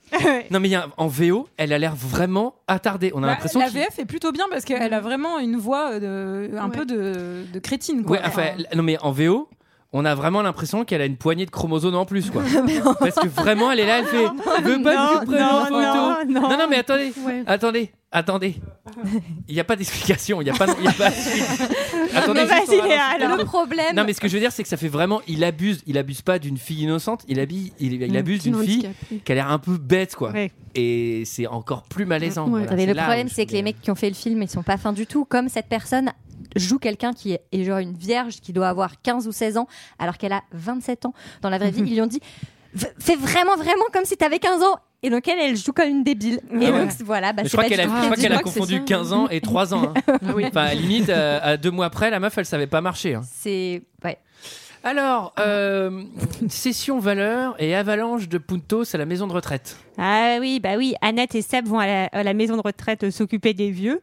non, mais il y a un- en VO, elle a l'air vraiment attardée. On a Bah, l'impression la qu'il- VF est plutôt bien parce qu'elle a vraiment une voix euh, de, un peu de, de crétine quoi. Ouais, enfin, l- non, mais en VO, on a vraiment l'impression qu'elle a une poignée de chromosomes en plus, quoi. Parce que vraiment, elle est là, elle fait. Veux pas que non, tu prennes en non, photo. non, non. non, mais attendez, attendez, attendez. Il n'y a pas d'explication, il n'y a pas. il y a pas de suite. Attendez, juste, on ralentit. Le problème. Non, mais ce que je veux dire, c'est que ça fait vraiment. Il abuse. Il abuse pas d'une fille innocente. Il, habille, il, il Mm, abuse d'une d'une fille handicapée. qui a l'air un peu bête, quoi. Ouais. Mm, Et c'est encore plus malaisant. Ouais. Voilà, Mais c'est le là où problème, je- euh, c'est que les mecs qui ont fait le film, ils sont pas fins du tout. Comme cette personne joue quelqu'un qui est, est genre une vierge qui doit avoir 15 ou 16 ans alors qu'elle a 27 ans dans la vraie vie. Ils lui ont dit V- fais vraiment vraiment comme si t'avais 15 ans. Et donc elle, elle joue comme une débile. Et Ah ouais. donc voilà, bah, Mais c'est je crois pas qu'elle a, du je tout Ah crois débile. qu'elle a confondu 15 ans et 3 ans. hein. Enfin, limite, euh, à deux mois près, la meuf, elle savait pas marcher. hein. C'est ouais. Alors, euh, session valeur et avalanche de Puntos à la maison de retraite. Ah oui, bah oui, Annette et Seb vont à la, à la maison de retraite euh, s'occuper des vieux,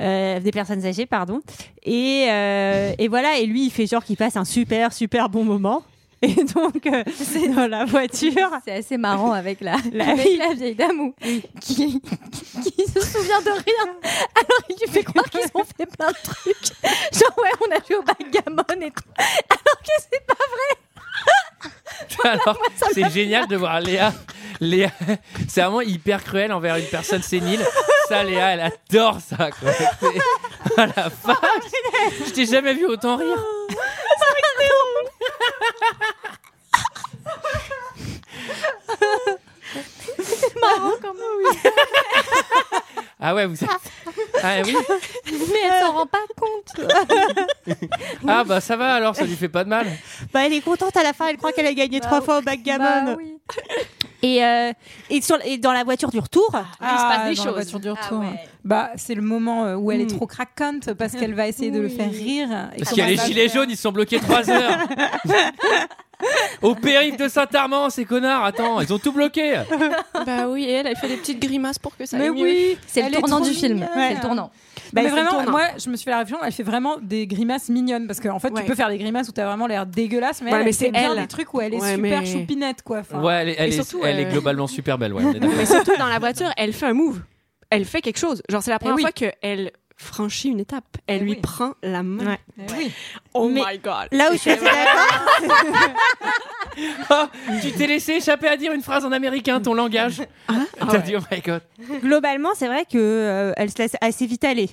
euh, des personnes âgées, pardon. Et, euh, et voilà, et lui, il fait genre qu'il passe un super, super bon moment. Et donc, euh, c'est dans la voiture. C'est assez marrant avec la, La avec vie. la vieille dame ou- qui, qui se souvient de rien. Alors il lui fait croire qu'ils ont fait plein de trucs. Genre ouais, on a joué au backgammon et tout. Alors que c'est pas Alors, moi, ça m'a c'est fait génial de voir Léa. Léa, c'est vraiment hyper cruel envers une personne sénile. Ça, Léa, elle adore ça. Quoi. C'est- À la fin, je t'ai jamais vu autant rire. C'est marrant quand même. Ah ouais, vous. Ah oui. Mais elle s'en rend pas compte. Ah bah ça va alors, ça lui fait pas de mal. Bah, elle est contente à la fin, elle croit qu'elle a gagné trois fois au bah backgammon. et, euh, et, sur, et dans la voiture du retour, Ah, dans la voiture du retour. Bah, c'est le moment euh, où Mm. elle est trop craquante parce qu'elle va essayer de le faire rire. Et Parce comment qu'il y a elle les va gilets jaunes, ils se sont bloqués 3 heures. Au périph' de Saint-Armand, ces connards, attends, ils ont tout bloqué. bah oui, et elle, elle fait des petites grimaces pour que ça Mais aille mieux. oui, C'est le elle est tournant trop du film. mignonne. C'est le tournant. mais c'est le vraiment, tournant. moi, je me suis fait la réflexion, elle fait vraiment des grimaces mignonnes parce qu'en en fait, Ouais. tu peux faire des grimaces où t'as vraiment l'air dégueulasse, mais, Ouais, elle, mais c'est c'est bien elle. des trucs où elle est Ouais, super mais- choupinette, quoi. Enfin, Ouais, elle, est- Et elle est, surtout, elle est euh, globalement super belle. Ouais, on est d'accord. Mais surtout dans la voiture, elle fait un move. Elle fait quelque chose. Genre c'est Eh la première oui. fois qu'elle franchit une étape. Elle lui prend la main. Oui. Oh my god. Là où je suis assez d'accord. Ah, tu t'es laissé échapper à dire une phrase en américain, ton langage. Ah, T'as dit oh my god. Globalement, c'est vrai que euh, elle se laisse assez vite aller.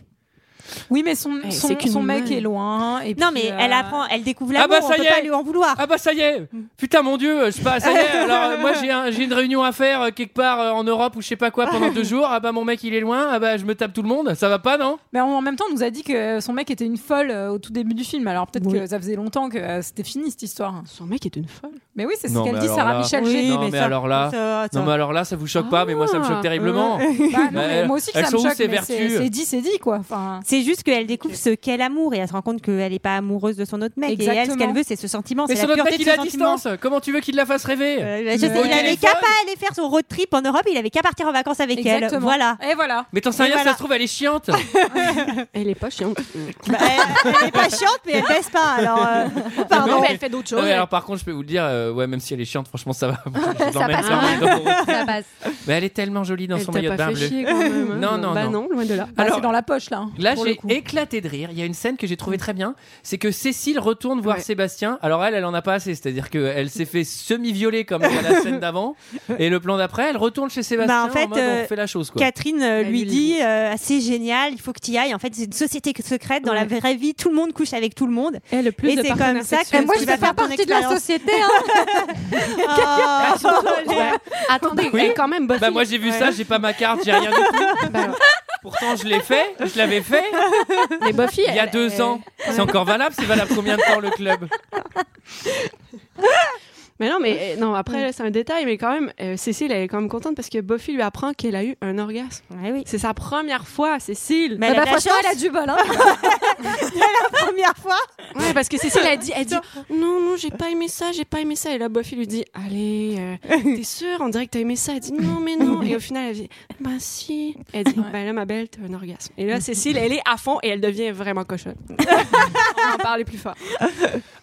Oui, mais son, Eh, son, c'est qu'une son mec meule. est loin. Et Non, puis, mais euh, elle apprend, elle découvre Ah bah, l'amour. on peut pas lui en vouloir. Ah bah ça y est. Mm. Putain mon dieu, je sais pas, ça y est. Alors euh, moi j'ai un- j'ai une réunion à faire euh, quelque part euh, en Europe ou je sais pas quoi pendant deux jours. Ah bah mon mec il est loin. Ah bah je me tape tout le monde. Ça va pas non Mais en en même temps, on nous a dit que son mec était une folle euh, au tout début du film. Alors peut-être que ça faisait longtemps que euh, c'était fini cette histoire. Son mec est une folle. Mais oui, c'est ce Non, qu'elle mais dit, alors Sarah là- Michel Oui, Gellar. non, mais alors là, non mais alors là, ça vous choque pas, mais moi ça me choque terriblement. Bah, non, Bah, mais moi aussi, que elles ça sont me où choque. ces mais c'est- vertus C'est dit, c'est dit, quoi. Enfin, C'est juste qu'elle découvre ce qu'est l'amour et elle se rend compte qu'elle n'est pas amoureuse de son autre mec. Et elle, ce Exactement. qu'elle veut, c'est ce sentiment. Mais c'est son la autre pureté mec de Euh, il est ce à sentiment. distance. Comment tu veux qu'il la fasse rêver Je sais, il avait qu'à pas aller faire son road trip en Europe, il avait qu'à partir en vacances avec elle. Exactement. Voilà. Et voilà. Mais t'en sais rien, Et voilà. ça se trouve elle est chiante. elle est pas chiante. Bah, Elle n'est pas chiante, mais elle baisse pas. Alors, euh, pardon. Non, mais elle fait d'autres choses. Ouais, alors par contre, je peux vous le dire, euh, ouais, même si elle est chiante, franchement, ça va. Je Ça l'emmène passe. sur un endroit. Ça passe. Mais elle est tellement jolie dans Elle son t'a maillot de pas bain fait bleu. chier quand même, hein. Non, non, Bah non, loin de là. Bah, Alors- c'est dans la poche, là. hein, Là, pour le j'ai coup. éclaté de rire. Il y a une scène que j'ai trouvée très bien, c'est que Cécile retourne voir Sébastien. Alors elle, elle en a pas assez, c'est-à-dire qu'elle s'est fait semi-violer comme dans la scène d'avant, et le plan d'après, elle retourne chez Sébastien. Bah, en fait, mode, euh, on fait la chose quoi. Catherine euh, lui dit euh, Ah, c'est génial, il faut que tu y ailles. En fait, c'est une société secrète. Dans la vraie vie, tout le monde couche avec tout le monde. Et, plus de c'est partenaires comme ça sexuels. que Moi, je tu vais vas faire ton partie de la expérience. société, hein. Ah, Ouais. Attendez, Oui. elle, quand même Buffy. Bah moi j'ai vu Ouais. ça, j'ai pas ma carte, j'ai rien du tout. Pourtant je l'ai fait, je l'avais fait. Mais Buffy, Il y a elle- deux euh, elle- ans. C'est encore valable C'est valable combien de temps le club Mais non, mais euh, non, après, c'est un détail, mais quand même, euh, Cécile, elle est quand même contente parce que Buffy lui apprend qu'elle a eu un orgasme. C'est sa première fois, Cécile. Mais elle a de la chance. du bol, hein. la première fois. Ouais, parce que Cécile, elle dit, elle dit Non, non, j'ai pas aimé ça, j'ai pas aimé ça. Et là, Buffy lui dit Allez, euh, t'es sûre On dirait que t'as aimé ça. Elle dit Non, mais non. Et au final, elle dit Bah si. Elle dit Bah là, ma belle, t'as un orgasme. Et là, Cécile, elle est à fond et elle devient vraiment cochonne. On en parlait plus fort.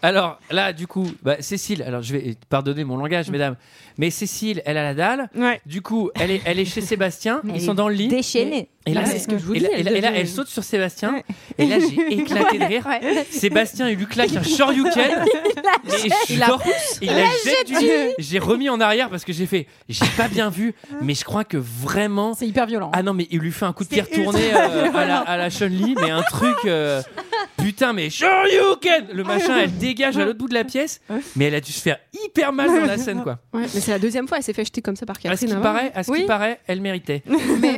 Alors là, du coup, bah, Cécile, alors je vais pardonner mon langage, mesdames, mais Cécile, elle a la dalle. Du coup, elle est, elle est chez Sébastien. Elle ils est sont dans le lit. déchaînée. Et là, Ouais, c'est ce que je vous et là- dis, et elle là- et là, devient- elle saute sur Sébastien. Et là, j'ai éclaté de rire. Ouais. Sébastien, il lui claque un shoryuken. E Et je Il la sors, pousse. il la jette du lit. J'ai remis en arrière parce que j'ai fait. J'ai pas bien vu, mais je crois que vraiment. C'est hyper violent. Ah non, mais il lui fait un coup de pied C'est retourné ultra euh, à la, violent. à la Chun-Li, mais un truc. euh, putain, mais Shoryuken Le machin, elle dégage à l'autre bout de la pièce, mais elle a dû se faire hyper mal dans la scène, quoi. Ouais, mais c'est la deuxième fois, elle s'est fait jeter comme ça par À ce Catherine. qui avant. paraît, à ce qui Oui. paraît, elle méritait.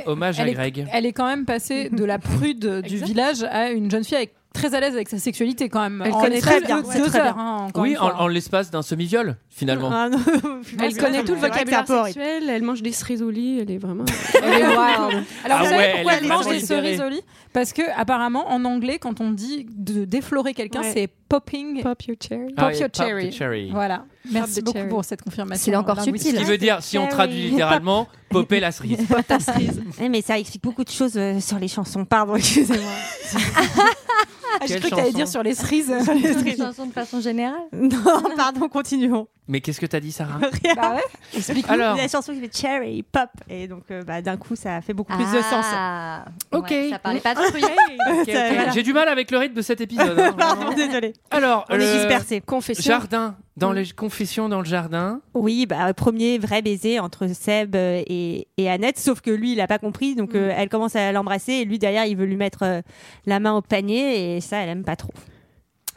Hommage à elle est, Greg. elle est quand même passée de la prude du village à une jeune fille avec très à l'aise avec sa sexualité quand même. Elle En connaît une très seule- bien, deux c'est très heures, bien. hein, encore Oui, une en, fois. en l'espace d'un semi-viol, finalement. Ah, non. Elle Elle connaît connaît tout tout le le vocabulaire vocabulaire sexuel, elle mange des cerises au lit, elle est vraiment. Elle est wild. Alors, Ah vous savez ouais, pourquoi elle elle est mange vraiment des libérée. cerises au lit Parce que, apparemment, en anglais, quand on dit de déflorer quelqu'un, Ouais. c'est popping. Pop your cherry. Ah Pop oui, your pop the cherry. cherry. Voilà. Merci the beaucoup cherry. pour cette confirmation. Ah, bah C'est encore linguistique. subtil. Ce qui veut dire, si on traduit littéralement, popper la cerise. Ouais, Eh, mais ça explique beaucoup de choses euh, sur les chansons. Pardon, excusez-moi. Ah, Quelle j'ai cru que t'allais chanson dire sur les cerises. Sur les Une cerises. chanson de façon générale. Non, pardon, continuons. Mais qu'est-ce que t'as dit, Sarah Bah ouais, explique-nous. Alors. La chanson qui fait Cherry Pop. Et donc, euh, bah, d'un coup, ça fait beaucoup plus de sens. Ah, Ok. ouais, ça parlait pas de fruits. Ok, ok. Voilà. J'ai du mal avec le rythme de cet épisode. hein. Pardon, désolé. Alors, On est le dispersés. Confession. Jardin, dans les confessions dans le jardin. Oui, bah, premier vrai baiser entre Seb euh, et, et Annette, sauf que lui, il n'a pas compris, Mm. donc euh, elle commence à l'embrasser, et lui, derrière, il veut lui mettre euh, la main au panier, et ça, elle aime pas trop.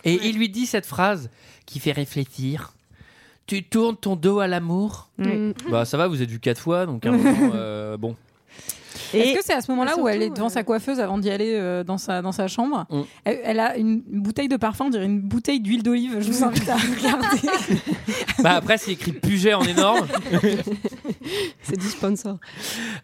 Et il lui dit cette phrase qui fait réfléchir. Tu tournes ton dos à l'amour. Mm. Bah ça va, vous êtes vu quatre fois, donc à un moment, euh, bon. Est-ce que c'est à ce moment-là où elle est euh, devant sa coiffeuse avant d'y aller euh, dans, sa, dans sa chambre Mm. elle, elle a une bouteille de parfum, on dirait une bouteille d'huile d'olive. Je vous invite à regarder. Bah après, c'est écrit Puget en énorme. C'est du sponsor.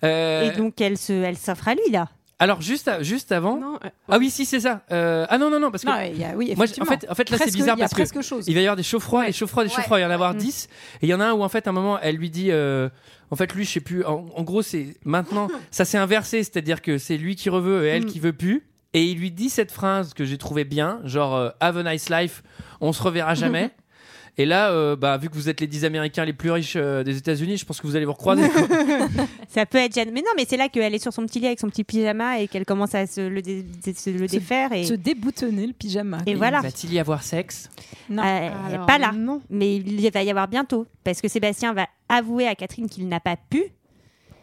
Euh, Et donc, elle se, elle s'offre à lui, là. Alors juste, à- juste avant. euh, Ah oui, si c'est ça. Euh, ah non non non parce que. Non, ouais, il y a- oui, Moi, je- en effectivement. fait, en fait, là, c'est Presque- bizarre il y a parce que presque chose. il va y avoir des chauds froids, des chauds froids, des chauds froids. Il va y en avoir Mm. 10 Et il y en a un où en fait, à un moment, elle lui dit, euh, en fait, lui, je sais plus. En, en gros, c'est maintenant, ça s'est inversé, c'est-à-dire que c'est lui qui reveut Mm. et elle qui veut plus. Et il lui dit cette phrase que j'ai trouvée bien, genre euh, Have a nice life, on se reverra jamais. Et là, euh, bah, vu que vous êtes les 10 Américains les plus riches euh, des États-Unis, je pense que vous allez vous recroiser. quoi. Ça peut être Jeanne. Mais non, mais c'est là qu'elle est sur son petit lit avec son petit pyjama, et qu'elle commence à se le, dé- dé- se le défaire. Et... Se déboutonner le pyjama. Et voilà. Va-t-il y avoir sexe Non. Euh, Alors, pas là. non. Mais il y va y avoir bientôt. Parce que Sébastien va avouer à Catherine qu'il n'a pas pu.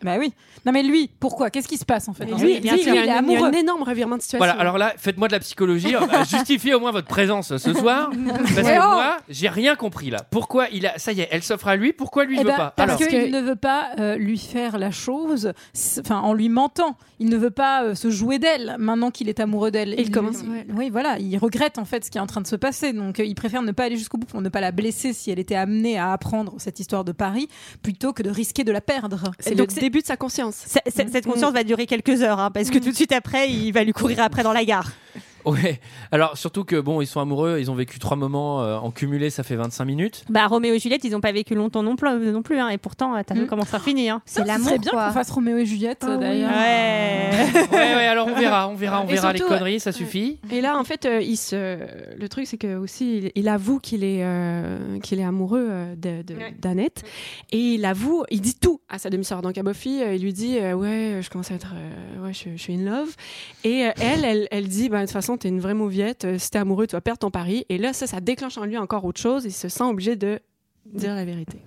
Bah oui. Non mais lui, pourquoi Qu'est-ce qui se passe en fait Lui, lui, il il y est a un- il y a amoureux. un énorme revirement de situation. Voilà, alors là, faites-moi de la psychologie, euh, justifiez au moins votre présence euh, ce soir, parce Mais que oh moi, j'ai rien compris là. Pourquoi il a, ça y est, elle s'offre à lui, pourquoi lui il Eh veut ben, pas Parce Alors, qu'il ne veut pas euh, lui faire la chose, s- enfin en lui mentant. Il ne veut pas euh, se jouer d'elle maintenant qu'il est amoureux d'elle. Il commence, ouais. Oui, voilà, il regrette en fait ce qui est en train de se passer. Donc euh, il préfère ne pas aller jusqu'au bout pour ne pas la blesser si elle était amenée à apprendre cette histoire de Paris plutôt que de risquer de la perdre. c'est le Donc, début de sa conscience. Ça- ça- Cette conscience va durer quelques heures, hein, parce que tout de suite après, il va lui courir après dans la gare. ouais. Alors, surtout que bon, ils sont amoureux, ils ont vécu trois moments euh, en cumulé, ça fait 25 minutes. Bah, Roméo et Juliette, ils n'ont pas vécu longtemps non plus, non plus hein, et pourtant, euh, t'as vu Mm. comment ça finit. Hein. C'est ça l'amour. serait bien quoi. Ah qu'on fasse Roméo et Juliette euh, d'ailleurs. Ouais. ouais, ouais, alors on verra, on verra, on Et verra surtout, les conneries, ça suffit. Et là, en fait, euh, il se... le truc, c'est que aussi, il, il avoue qu'il est, euh, qu'il est amoureux euh, de- de- d'Annette. Et il avoue, il dit tout à sa demi-sœur. Donc à Buffy, euh, il lui dit euh, Ouais, je commence à être. euh, ouais, je, je suis in love. Et euh, elle, elle, elle dit bah, De toute façon, t'es une vraie mouviette. Euh, Si t'es amoureux, tu vas perdre ton pari. Et là, ça, ça déclenche en lui encore autre chose. Il se sent obligé de dire la vérité.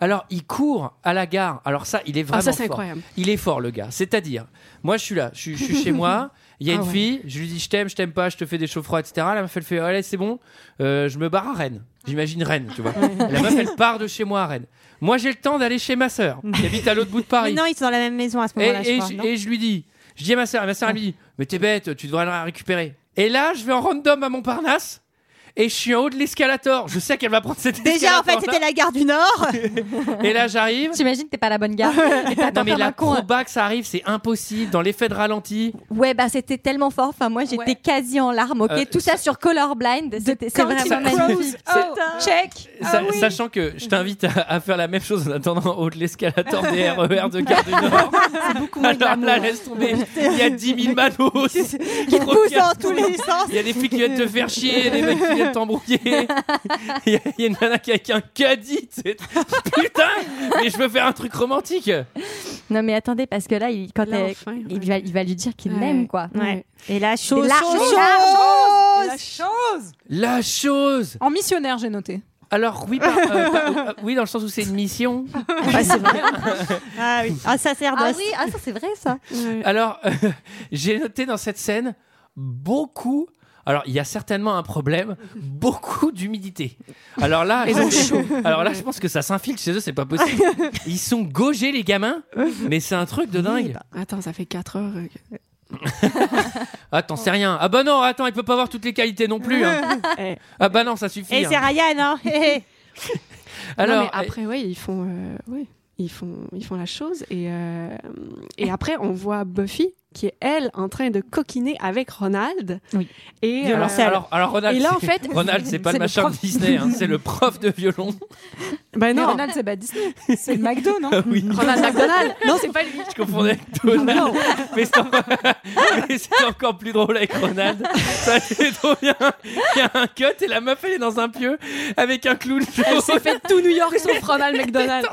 Alors, il court à la gare. Alors ça, il est vraiment Ah, ça, c'est fort. incroyable. Il est fort, le gars. C'est-à-dire, moi, je suis là, je, suis- je suis chez moi. Il y a Ah une ouais. fille, je lui dis je t'aime, je t'aime pas, je te fais des chauds froids, etc. La meuf elle fait oh, allez c'est bon, euh, je me barre à Rennes. J'imagine Rennes, tu vois. La meuf elle part de chez moi à Rennes. Moi j'ai le temps d'aller chez ma sœur qui habite à l'autre bout de Mais Paris. non, ils sont dans la même maison à ce Et, moment-là. je et crois, je, non et je lui dis, je dis à ma sœur, et ma sœur elle me dit mais t'es bête, tu devrais la récupérer. Et là je vais en random à Montparnasse et je suis en haut de l'escalator. Je sais qu'elle va prendre cette Déjà, en fait, escalator-là. c'était la gare du Nord. Et là j'arrive. T'imagines, t'es pas la bonne gare. Et t'attends Non mais comme la un hein. con. proba que ça arrive, c'est impossible. Dans l'effet de ralenti, Ouais, bah c'était tellement fort. Enfin, moi j'étais Ouais. quasi en larmes. Ok, Euh, tout ça sur Colorblind. C'était c'est Counting vraiment Crows. magnifique. Oh, check. Sa- Ah oui. sachant que je t'invite à, à faire la même chose en attendant en haut de l'escalator des RER de Gare du Nord. Alors là, laisse tomber. Il y a 10 000 manos Qui pousse dans tous les sens. Il y a des filles qui viennent te faire chier, des mecs qui viennent t'embrouiller. Il y, a- il y a une nana qui est avec un caddie. tu sais. Putain, mais je veux faire un truc romantique. Non mais attendez, parce que là, il, quand Là, elle- enfin, ouais. il, va, il va lui dire qu'il Ouais. l'aime, quoi. Ouais. Et là, chose, Et là, chose, chose, chose. Chose La chose La chose. En missionnaire, j'ai noté. Alors oui, par- euh, par- euh, oui, dans le sens où c'est une mission. Ah oui, un sacerdoce. Ah oui, ah ça c'est vrai ça. Alors, euh, j'ai noté dans cette scène beaucoup. Alors, il y a certainement un problème, beaucoup d'humidité. Alors là, ils ont chaud. Alors là, je pense que ça s'infiltre chez eux, c'est pas possible. Ils sont gaugés, les gamins, mais c'est un truc de dingue. Attends, ça fait 4 heures. euh, que- Ah, t'en sais rien. Ah bah non, attends, il peut pas avoir toutes les qualités non plus. hein. Ah bah non, ça suffit. Et hein. c'est Ryan, hein Alors, Alors, après, ouais, ils font, euh, ouais, ils font, ils font la chose. Et, euh, et après, on voit Buffy qui est elle en train de coquiner avec Ronald. Et alors, euh, alors, alors, Ronald, et là, en c'est- fait, Ronald, c'est pas le machin de prof. Disney, hein, c'est le prof de violon. Ben Mais non. Ronald, c'est pas Disney. C'est le McDo, non Ah oui. Bah Ronald McDonald. Non, c'est pas lui. Je confondais avec Donald. Non. Mais c'est en- mais c'est encore plus drôle avec Ronald. Ça, c'est trop bien. Il y a un cut et la meuf, elle est dans un pieu avec un clown. Elle s'est fait tout New York sauf Ronald McDonald.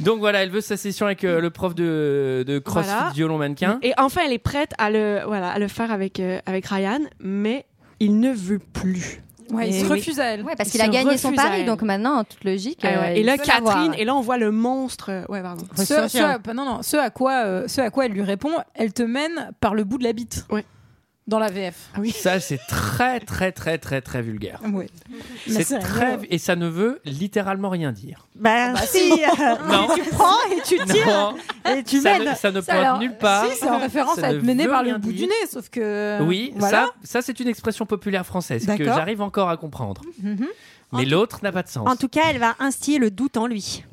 Donc voilà, elle veut sa session avec euh, le prof de, de CrossFit Voilà. violon mannequin. Et enfin, elle est prête à le, voilà, à le faire avec, euh, avec Ryan, mais il ne veut plus. Ouais, il se refuse à elle. Ouais, bah, parce qu'il a gagné son pari, donc maintenant, en toute logique. euh, et il là, faut l'avoir. Catherine, et là, on voit le monstre. euh, Ouais, pardon. Ce, ce à, non, non, ce à quoi, euh, ce à quoi elle lui répond, elle te mène par le bout de la bite. Dans la VF. Ça, c'est très, très, très, très, très vulgaire. Ah Ouais. Mais C'est Bah, c'est très. vrai. Et ça ne veut littéralement rien dire. Ah Ben bah, si, euh, Non. tu prends et tu tires Non. et tu Ça mènes. ne- ça ne pointe nulle part. Si, c'est en référence Ça à ne être mené veut par le rien bout dire. du nez, sauf que. Oui, voilà. ça, ça c'est une expression populaire française que D'accord. j'arrive encore à comprendre. Mhm. Mais l'autre n'a pas de sens. En tout cas, elle va instiller le doute en lui.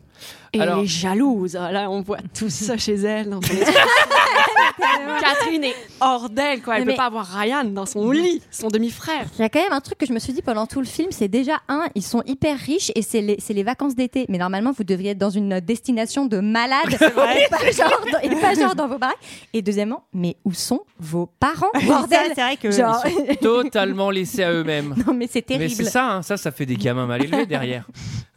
Et Alors- elle est jalouse. Ah, Là, on voit tout ça chez elle. dans son esprit. Catherine est hors d'elle. Quoi. Elle Mais- peut pas avoir Ryan dans son lit, son demi-frère. Il y a quand même un truc que je me suis dit pendant tout le film, c'est déjà un, ils sont hyper riches et c'est les, c'est les vacances d'été. Mais normalement, vous devriez être dans une destination de malades et, pas genre dans, et pas genre dans vos baraques. Et deuxièmement, mais où sont vos parents Bordel Ça, c'est vrai que- Genre- Ils sont totalement laissés à eux-mêmes. Non, mais c'est terrible. Mais c'est ça, hein, ça, ça fait des gamins mal élevés derrière.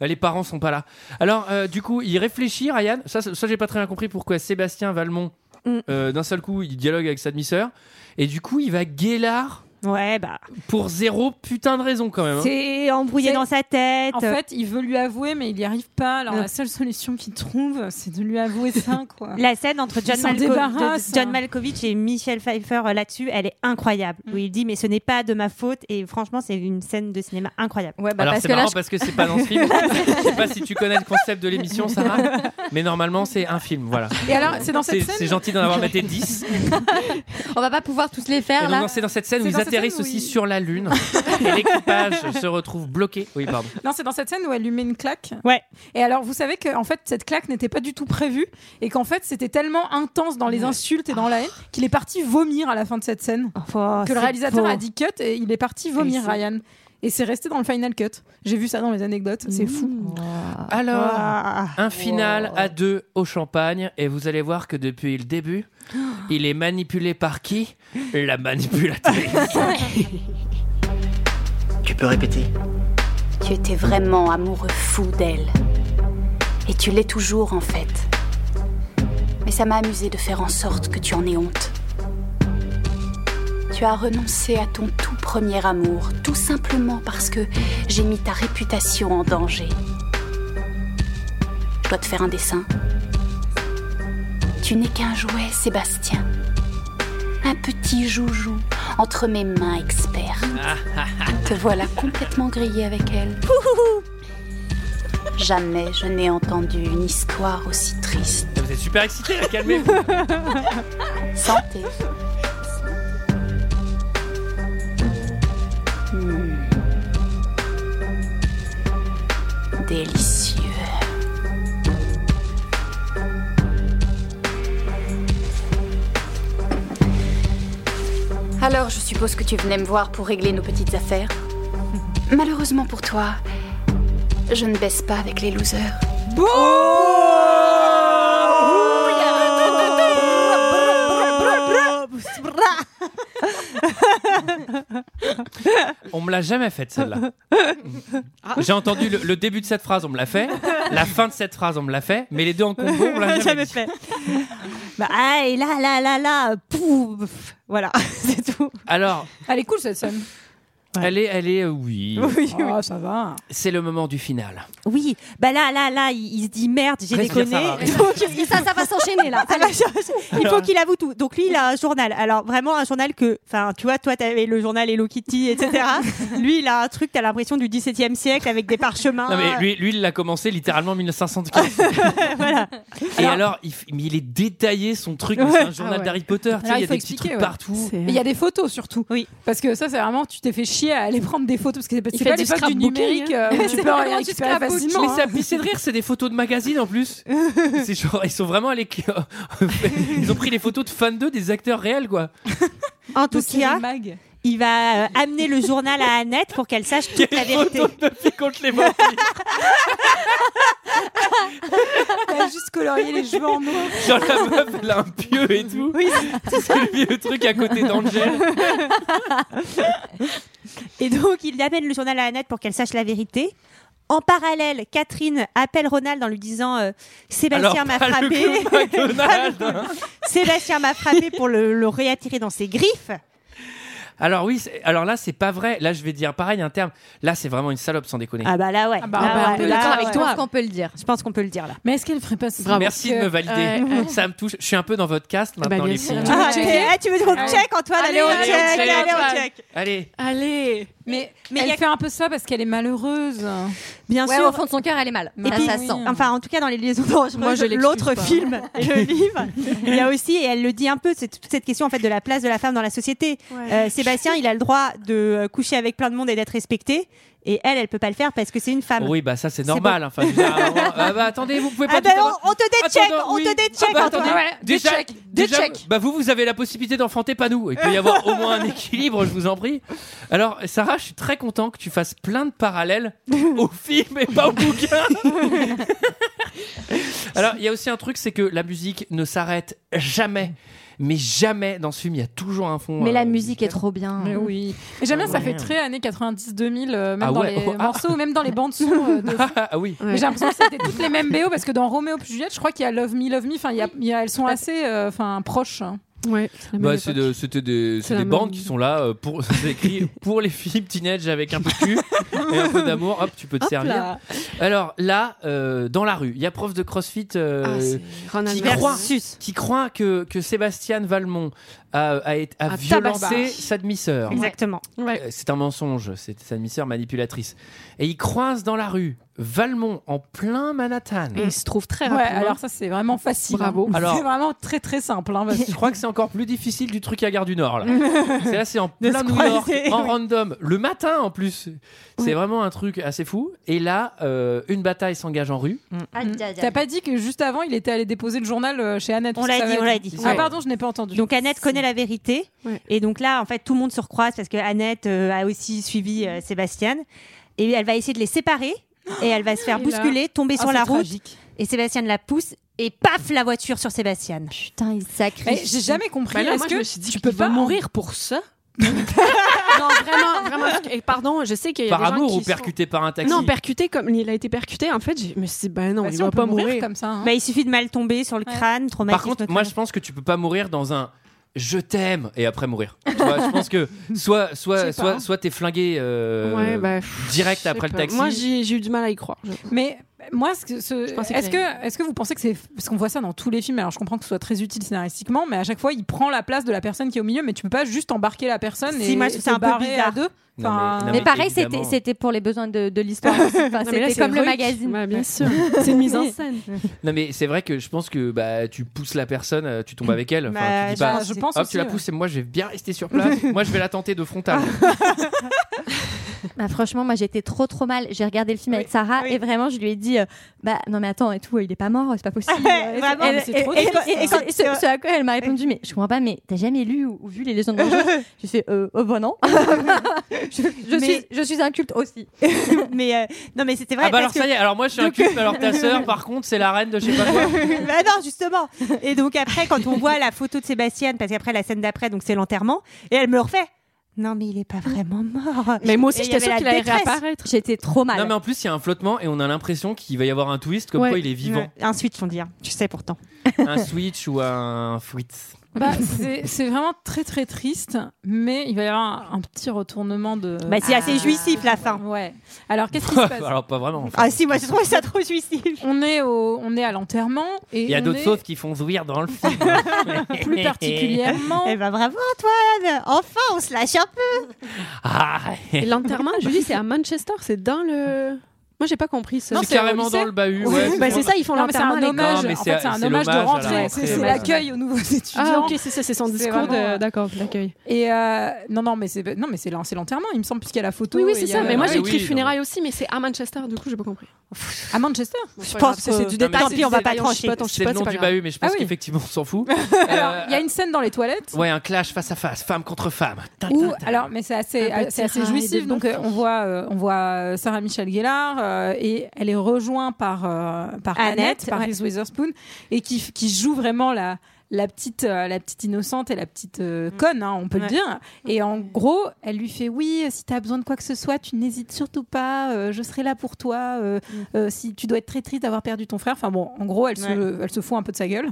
Euh, Les parents sont pas là. Alors, euh, du coup, il réfléchit, Ryan. Ça, ça, ça, j'ai pas très bien compris pourquoi Sébastien Valmont, Mm. euh, d'un seul coup, il dialogue avec sa demi-sœur. Et du coup, il va guélard. Ouais, bah. Pour zéro putain de raison, quand même. hein. C'est embrouillé C'est- dans sa tête. En fait, il veut lui avouer, mais il n'y arrive pas. Alors, Non. la seule solution qu'il trouve, c'est de lui avouer ça, quoi. Ah. La scène entre John, Il s'en Malko- débarrasse, de- John hein. Malkovich et Michel Pfeiffer euh, là-dessus, elle est incroyable. Où il dit mais ce n'est pas de ma faute et franchement c'est une scène de cinéma incroyable. Bah, bah, Alors c'est marrant parce que c'est pas dans ce film. je sais pas si tu connais le concept de l'émission, Sarah, mais normalement c'est un film, voilà. Et alors, c'est dans cette scène C'est gentil d'en avoir maté 10. On va pas pouvoir tous les faire Et donc, là. non, c'est dans cette scène où C'est ils dans cette atterrissent scène où aussi ils- sur la lune et l'équipage se retrouve bloqué. Oui, pardon. Non, c'est dans cette scène où elle lui met une claque. Ouais. Et alors, vous savez que en fait, cette claque n'était pas du tout prévue et qu'en fait, c'était tellement intense dans les insultes et dans la haine qu'il est parti vomir à la fin de cette scène. que Oh, c'est le réalisateur beau. a dit cut et il est parti vomir Et c'est- Ryan. Et c'est resté dans le final cut. J'ai vu ça dans les anecdotes. C'est fou. Oh. Alors, Ah. Wow. Ah. un final à deux au champagne, et vous allez voir que depuis le début, il est manipulé par qui La manipulatrice. Tu peux répéter Tu étais vraiment amoureux fou d'elle. Et tu l'es toujours en fait. Mais ça m'a amusé de faire en sorte que tu en aies honte. Tu as renoncé à ton tout premier amour, tout simplement parce que j'ai mis ta réputation en danger. Je dois te faire un dessin. Tu n'es qu'un jouet, Sébastien. Un petit joujou entre mes mains expertes. Te voilà complètement grillé avec elle. Jamais je n'ai entendu une histoire aussi triste. vous êtes super excité, la calmez Santé. Hmm. Délicieux. Alors, je suppose que tu venais me voir pour régler nos petites affaires. Malheureusement pour toi, je ne baisse pas avec les losers. On me l'a jamais faite, celle-là. Ah. J'ai entendu le, le début de cette phrase, on me l'a fait. La fin de cette phrase, on me l'a fait. Mais les deux en combo, on me l'a jamais Jamais dit. fait. Bah, ah, et là là là là, pouf, voilà. Alors, Elle est cool cette scène. Elle est, elle est, euh, oui. Ah, ça va. C'est le moment du final. Oui, bah là, là, là, il, il se dit merde, j'ai Respire, déconné. Sarah. Donc, ça, ça va s'enchaîner là. Ça va s'enchaîner. il faut qu'il avoue tout. Donc lui, il a un journal. Alors vraiment un journal que, enfin, tu vois, toi, t'avais le journal Hello Kitty, etc. lui, il a un truc, t'as l'impression du 17e siècle avec des parchemins. Ah. Non, mais lui, lui, il l'a commencé littéralement en 1975. Et alors, il, f- mais il est détaillé son truc. mais C'est Ouais. un journal Ah ouais. d'Harry Potter. tu sais, Il y Alors, il a faut des petits expliquer, trucs ouais. partout. Et Il y a des photos surtout. Oui. Parce que ça, c'est vraiment, tu t'es fait chier à aller prendre des photos parce que c'est pas, Il c'est fait pas du l'époque du scrapbooking, numérique. hein. euh, où Ouais, tu c'est peux en vraiment du récupérer scrapbook. facilement. Bah, Mais hein. ça pissait de rire, c'est des photos de magazines en plus. C'est genre, ils sont vraiment allés. ils ont pris les photos de fan 2 des acteurs réels, quoi. En tout Le série cas, Mag. il va euh, amener le journal à Annette pour qu'elle sache toute la vérité. Buffy contre les vampires. Elle a juste colorié les cheveux en noir. Genre, la meuf, elle a un pieu et tout. Oui. C'est le vieux truc à côté d'Angèle. Et donc, il amène le journal à Annette pour qu'elle sache la vérité. En parallèle, Catherine appelle Ronald en lui disant euh, Sébastien Alors, m'a pas le frappé. coup de McDonald's, hein. Sébastien m'a frappé pour le, le réattirer dans ses griffes. Alors oui, c'est- alors là c'est pas vrai. Là je vais dire pareil un terme. Là c'est vraiment une salope sans déconner. Ah bah là ouais. Là, bah, bah, ouais. on peut Là, d'accord ouais. avec toi. Je pense qu'on peut le dire. Je pense qu'on peut le dire là. Mais est-ce qu'elle ferait pas ça Merci de me valider. Ça me touche. Je suis un peu dans votre cast maintenant bien les sûr. filles. Tu veux Ah, checker eh, eh, tu veux qu'on check Antoine Allez, Allez, on allez, check, on check, allez, on Antoine. check. Allez. Allez Mais, Mais elle y a- fait un peu ça parce qu'elle est malheureuse. Bien Ouais, sûr. au fond de son cœur, elle est mal. Et Ça, puis- ça oui. sent. Enfin, en tout cas, dans les liaisons dangereuses, Moi, je l'excuse l'autre pas. film et le livre, il y a aussi, et elle le dit un peu, c'est toute cette question en fait de la place de la femme dans la société. Euh, Sébastien, il a le droit de euh, coucher avec plein de monde et d'être respecté, et elle, elle peut pas le faire parce que Ah, c'est une femme. Oui bah ça c'est normal. Enfin, je veux dire, à un moment- ah bah attendez vous pouvez pas. Ah tout ben, avoir- on, on te décheck, Attends, on oui. te décheck, Ah bah, Antoine. attendez, Ouais, déjà, décheck, déjà, décheck. Bah vous vous avez la possibilité d'enfanter pas nous. Il peut y avoir au moins un équilibre, je vous en prie. Alors Sarah, je suis très content que tu fasses plein de parallèles au film et pas au bouquin. Alors il y a aussi un truc, c'est que la musique ne s'arrête jamais. Mais jamais dans ce film, il y a toujours un fond. Mais euh, la musique est musical. trop bien. Mais oui. Et j'aime bien, ça fait très années 90-2000, euh, même Ah dans ouais. les Oh, ah. morceaux, même dans les bandes son. euh, de- ah oui. Mais J'ai l'impression que c'était toutes les mêmes BO parce que dans Roméo plus Juliette, je crois qu'il y a Love Me, Love Me. Enfin, il y a- il y a- elles sont assez, euh, enfin, proches. Ouais, c'est la même Bah, époque. c'est de- c'était des, c'est la des même- bandes qui sont là euh, pour c'est écrit pour les filles teenage avec un peu de cul et un peu d'amour. Hop, tu peux te servir. Alors là, euh, dans la rue, il y a prof de CrossFit euh, Ah, c'est Ronald qui Reagan. croit qui croit que que Sébastien Valmont a a, été- a A violencé tabassé. sa demi-sœur. Exactement. Ouais. Euh, C'est un mensonge, c'est sa demi-sœur manipulatrice. Et il croise dans la rue Valmont en plein Manhattan. Et il se trouve très Ouais, rapidement. alors ça, c'est vraiment facile. Bravo. hein. Alors- C'est vraiment très, très simple. hein, parce que- Je crois que c'est encore plus difficile du truc à Gare du Nord. Là, c'est là, c'est en De plein se New York, croiser, en oui. random, le matin en plus. C'est vraiment un truc assez fou. Et là, euh, une bataille s'engage en rue. Aïe, aïe, T'as aïe. pas dit que juste avant, il était allé déposer le journal euh, chez Annette On parce que l'a ça dit, va on l'a être- dit. Ah, Ouais. pardon, je n'ai pas entendu. Donc Annette connaît la vérité, Ouais. et donc là, en fait, tout le monde se recroise parce que Annette euh, a aussi suivi euh, Sébastien, et elle va essayer de les séparer, et elle va se faire Et là- bousculer, tomber Ah, sur c'est la route. tragique. Et Sébastien la pousse et paf la voiture sur Sébastien. Putain, il Mais sacrifie. J'ai jamais compris. Bah là, Est-ce moi, que je me suis dit tu qu'il peux pas va mourir pour ça non vraiment vraiment parce que- et pardon je sais qu'il y a Par des gens amour qui ou sont- percuté par un taxi non percuté comme il a été percuté en fait je me suis dit bah non Bah, il si, on va peut pas mourir, comme ça. hein. Bah, il suffit de mal tomber sur le Ouais. crâne, Par traumatisme. contre, au moi, je crâne. pense que tu peux pas mourir dans un je t'aime et après mourir. Tu vois, je pense que soit Je soit sais pas, soit hein. soit t'es flingué euh, Ouais, bah, pff, direct je sais après le pas. taxi. moi j'ai j'ai eu du mal à y croire je- Mais moi, ce que- ce- Je pensais que est-ce que, est-ce que vous pensez que c'est parce qu'on voit ça dans tous les films Alors je comprends que ce soit très utile scénaristiquement, mais à chaque fois, il prend la place de la personne qui est au milieu, mais tu peux pas juste embarquer la personne Si, et, moi, et je trouve te ça un peu barrer bizarre. à deux. Non, Enfin, euh, mais- non, Mais mais pareil, évidemment. c'était c'était pour les besoins de, de l'histoire. aussi. Enfin, Non, mais là, c'était c'est comme le héroïque. magazine. Ouais, bien sûr c'est une mise en scène Non mais c'est vrai que je pense que bah tu pousses la personne, euh, tu tombes avec elle. Enfin, Bah, tu dis je pas, Bah, je pense Hop, aussi, tu la ouais. pousses et moi je vais bien rester sur place. moi je vais la tenter de Ah, frontal. Bah, franchement, moi j'étais trop trop mal. J'ai regardé le film avec Sarah Oui. et vraiment je lui ai dit euh, bah non mais attends et tout, il est pas mort, c'est pas possible. Ouais, Et- vraiment, et- mais c'est et- trop et- triste, et- et- ça. et- ce ce à quoi elle m'a répondu mais je comprends pas mais t'as jamais lu ou, ou vu les légendes dangereuses Je fais euh, oh bah non. je, je suis Mais- je suis un culte aussi. mais euh, non, mais c'était vrai. ah bah alors parce ça y est, alors moi je suis un Donc- culte, mais alors ta sœur par contre c'est la reine de je sais pas quoi. que- Bah non, justement. Et donc après, quand on voit la photo de Sébastien, parce qu'après la scène d'après, donc c'est l'enterrement, et elle me le refait. Non, mais il est pas vraiment mort. mais moi Et aussi il y j'étais avait sûre la qu'il allait détresse. réapparaître J'étais trop mal. Non mais en plus il y a un flottement et on a l'impression qu'il va y avoir un twist comme Ouais. quoi il est vivant. Ouais, Un switch, on dirait. Tu sais pourtant. un switch ou un fruit. Bah, c'est c'est vraiment très très triste, mais il va y avoir un, un petit retournement de. Bah, c'est assez jouissif, la fin. Ouais. Alors qu'est-ce qui se passe Ah, Alors, pas vraiment. en fait. Ah, si, moi je trouve ça trop jouissif. On est au, on est à l'enterrement et Il y a on d'autres est- sauces qui font zouir dans le film. Plus particulièrement. Eh ben bravo Antoine Enfin, on se lâche un peu Ah, Et l'enterrement, Julie, c'est à Manchester, c'est dans le. Moi, j'ai pas compris ce. C'est carrément dans le bahut. Oui, ouais, bah, c'est ça, ils font Non, mais c'est l'enterrement à un l'école. hommage. Non, mais en c'est- fait, c'est un c'est hommage l'hommage de à la rentrée. rentrée, C'est c'est ouais. l'accueil aux nouveaux étudiants. Ah, ok, c'est ça, c'est euh, son discours vraiment, de. D'accord, l'accueil. Et euh, non, non, mais c'est non, mais c'est l'en- c'est l'enterrement. Il me semble puisqu'il y a la photo. Oui, Ah oui, et c'est il y ça. a- Ah Mais moi, j'ai écrit funérailles aussi, mais c'est à Manchester, du coup, j'ai pas compris. à Manchester. Je pense que c'est du détail. Tant C'est pis, on du va pas détail, on trancher. chipote, on C'est le nom du bahut, mais je pense Ah oui. qu'effectivement, on s'en fout. Euh, Alors, il y a une scène dans les toilettes. Ouais, un clash face à face, femme contre femme. Ah, Où, alors, mais c'est assez, euh, Un petit c'est assez rail jouissif. de Donc, euh, on voit, euh, on voit euh, Sarah Michelle Gellar euh, et elle est rejointe par, euh, par Annette, Annette, par ouais. Reese Witherspoon, et qui, f- qui joue vraiment la, la, petite, euh, la petite innocente et la petite euh, conne, hein, on peut Mm. Ouais. Mm. le dire. Et en gros, elle lui fait Oui, euh, si tu as besoin de quoi que ce soit, tu n'hésites surtout pas, euh, je serai là pour toi. euh, Mm. euh, si tu dois être très triste d'avoir perdu ton frère. Enfin, bon, en gros, elle, Ouais. se, elle se fout un peu de sa gueule.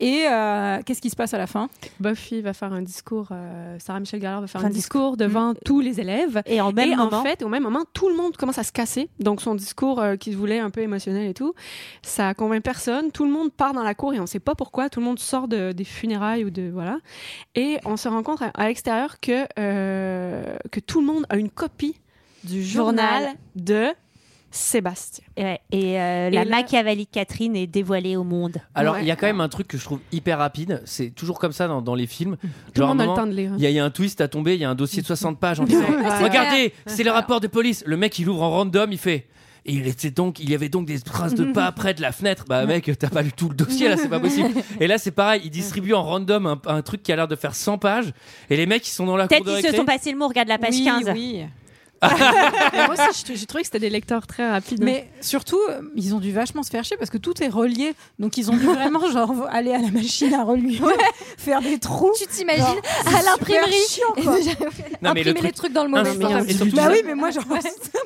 Et euh, qu'est-ce qui se passe à la fin Buffy va faire un discours, euh, Sarah Michelle Gellar va faire un, discours, devant tous les élèves. Et en même moment- en fait, au même moment, tout le monde commence à se casser. Donc son discours euh, qui se voulait un peu émotionnel et tout, ça convainc personne. Tout le monde part dans la cour et on sait pas pourquoi. Tout le monde sort de- des funérailles ou de voilà. Et on se rend compte à, à l'extérieur que euh, que tout le monde a une copie du journal Journal. de Sébastien. Et euh, la Et là- machiavélique Catherine est dévoilée au monde. Alors, il y a quand même un truc que je trouve hyper rapide. C'est toujours comme ça dans, dans les films. le Genre, à un monde a le moment, temps de Hein. lire. Il y, a- il y a un twist à tomber, il y a un dossier de 60 pages en disant Ouais. Regardez, Ouais. c'est le rapport de police. Le mec, il ouvre en random, il fait. Et il, était donc, il y avait donc des traces de pas près de la fenêtre. Bah, mec, t'as pas lu tout le dossier là, c'est pas possible. Et là, c'est pareil, il distribue en random un, un truc qui a l'air de faire 100 pages. Et les mecs, ils sont dans la cour Peut-être de qu'ils se récré. sont passés le mot, regarde la page Oui, 15. oui. Mais moi aussi, j'ai trouvé que c'était des lecteurs très rapides. hein. Mais surtout, euh, ils ont dû vachement se faire chier parce que tout est relié. Donc, ils ont dû vraiment genre, aller à la machine à relier, faire des trous. Tu t'imagines à l'imprimerie et déjà Non, mais imprimer le les truc- trucs dans le Non, mauvais mais sens. et surtout- bah oui, mais moi, genre.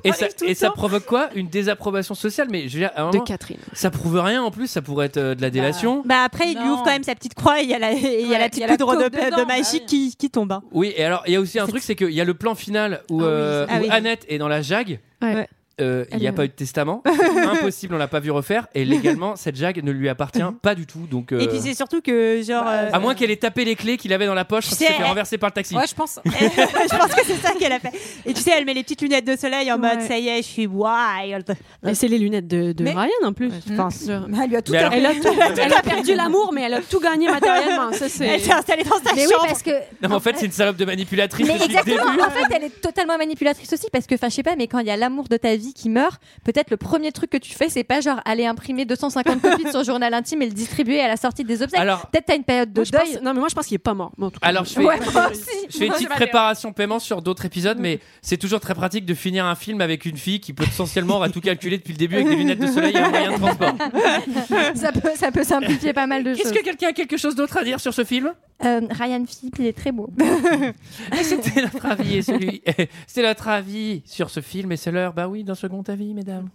Et ça, et ça provoque quoi Une désapprobation sociale, mais je veux dire, à un moment, Catherine. ça prouve rien en plus, ça pourrait être euh, de la délation. Bah après, il lui Non. ouvre quand même sa petite croix et il y a la, et il y a la petite il y a la poudre de, coke dedans, de bah magie qui, qui tombe. hein. Oui, et alors il y a aussi un truc, c'est qu'il y a le plan final où, euh, Ah où oui. Annette est dans la jague. Ouais. Euh, il n'y a Elle- pas eu de testament, impossible, on l'a pas vu refaire, et légalement cette jague ne lui appartient pas du tout. Donc, euh, Et puis c'est surtout que genre... euh, à moins qu'elle ait tapé les clés qu'il avait dans la poche, Tu quand il s'est sais, fait elle- renverser par le taxi. pense. je pense que c'est ça qu'elle a fait. Et tu sais, elle met les petites lunettes de soleil en mode ça y est, je suis wild. Mais c'est les lunettes de, de Ryan en plus. je pense. bah, elle lui a tout Mais alors- elle a, tout- Elle a tout elle a appris. perdu l'amour, mais elle a tout gagné matériellement. Ça, c'est- Elle s'est installée dans sa Mais oui, chambre. parce que Non, mais en fait, c'est une salope de manipulatrice Mais depuis le début. exactement, en fait, elle est totalement manipulatrice aussi parce que, enfin, je sais pas, mais quand il y a l'amour de ta vie qui meurt, peut-être le premier truc que tu fais, c'est pas genre aller imprimer 250 copies de son journal intime et le distribuer à la sortie des obsèques. Alors- Peut-être t'as une période de Moi, je pense- deuil. non, mais moi je pense qu'il est pas mort. mais en tout cas- Alors, je fais, Ouais, moi aussi. je fais une Moi, petite je préparation paiement sur d'autres épisodes, mais c'est toujours très pratique de finir un film avec une fille qui peut essentiellement aura tout calculé depuis le début avec des lunettes de soleil et un moyen de transport. ça, peut, ça peut simplifier pas mal de Est-ce choses. que quelqu'un a quelque chose d'autre à dire sur ce film Euh, Ryan Philippe, il est très beau. C'était notre avis et celui. C'est notre avis sur ce film et c'est l'heure, bah oui, d'un second avis, mesdames.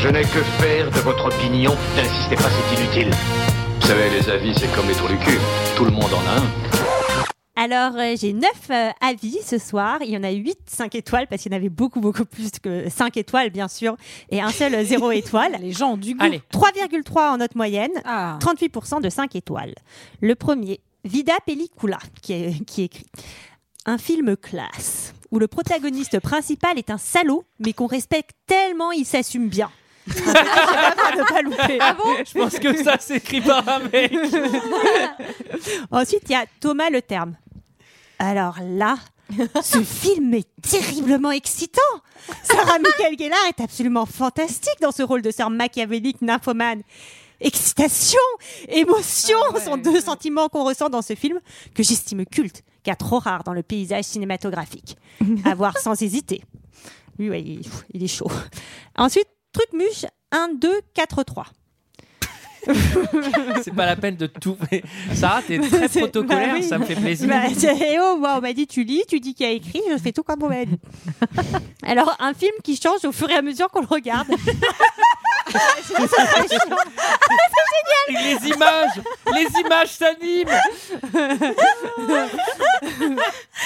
Je n'ai que faire de votre opinion. N'insistez pas, c'est inutile. Vous savez, les avis, c'est comme les trous du cul. Tout le monde en a un. Alors, euh, j'ai 9 avis ce soir. Il y en a 8 5 étoiles parce qu'il y en avait beaucoup, beaucoup plus que 5 étoiles, bien sûr, et un seul 0 étoile. Les gens ont du goût. Allez. 3,3 en note moyenne, Ah. Ah. 38% de 5 étoiles. Le premier, Vida Pellicula, qui, est- qui écrit Un film classe, où le protagoniste principal est un salaud, mais qu'on respecte tellement, il s'assume bien. Ah, ne pas louper. Je pense que ça s'écrit par un mec. Ensuite, il y a Thomas Le Terme. Alors là, ce film est terriblement excitant. Sarah Michael Gellar est absolument fantastique dans ce rôle de sœur machiavélique nymphomane. Excitation, émotion sont deux sentiments qu'on ressent dans ce film que j'estime culte, car trop rare dans le paysage cinématographique. À voir sans hésiter. Lui, ouais, il, il est chaud. Ensuite, truc muche 1, 2, 4, 3. C'est pas la peine de tout. Sarah, t'es très C'est- protocolaire, bah oui. ça me fait plaisir. Bah, c'est- eh oh, moi, on m'a dit tu lis, tu dis qu'il y a écrit, je fais tout comme on m'a dit. Alors, un film qui change au fur et à mesure qu'on le regarde. c'est génial! les images, les images s'animent.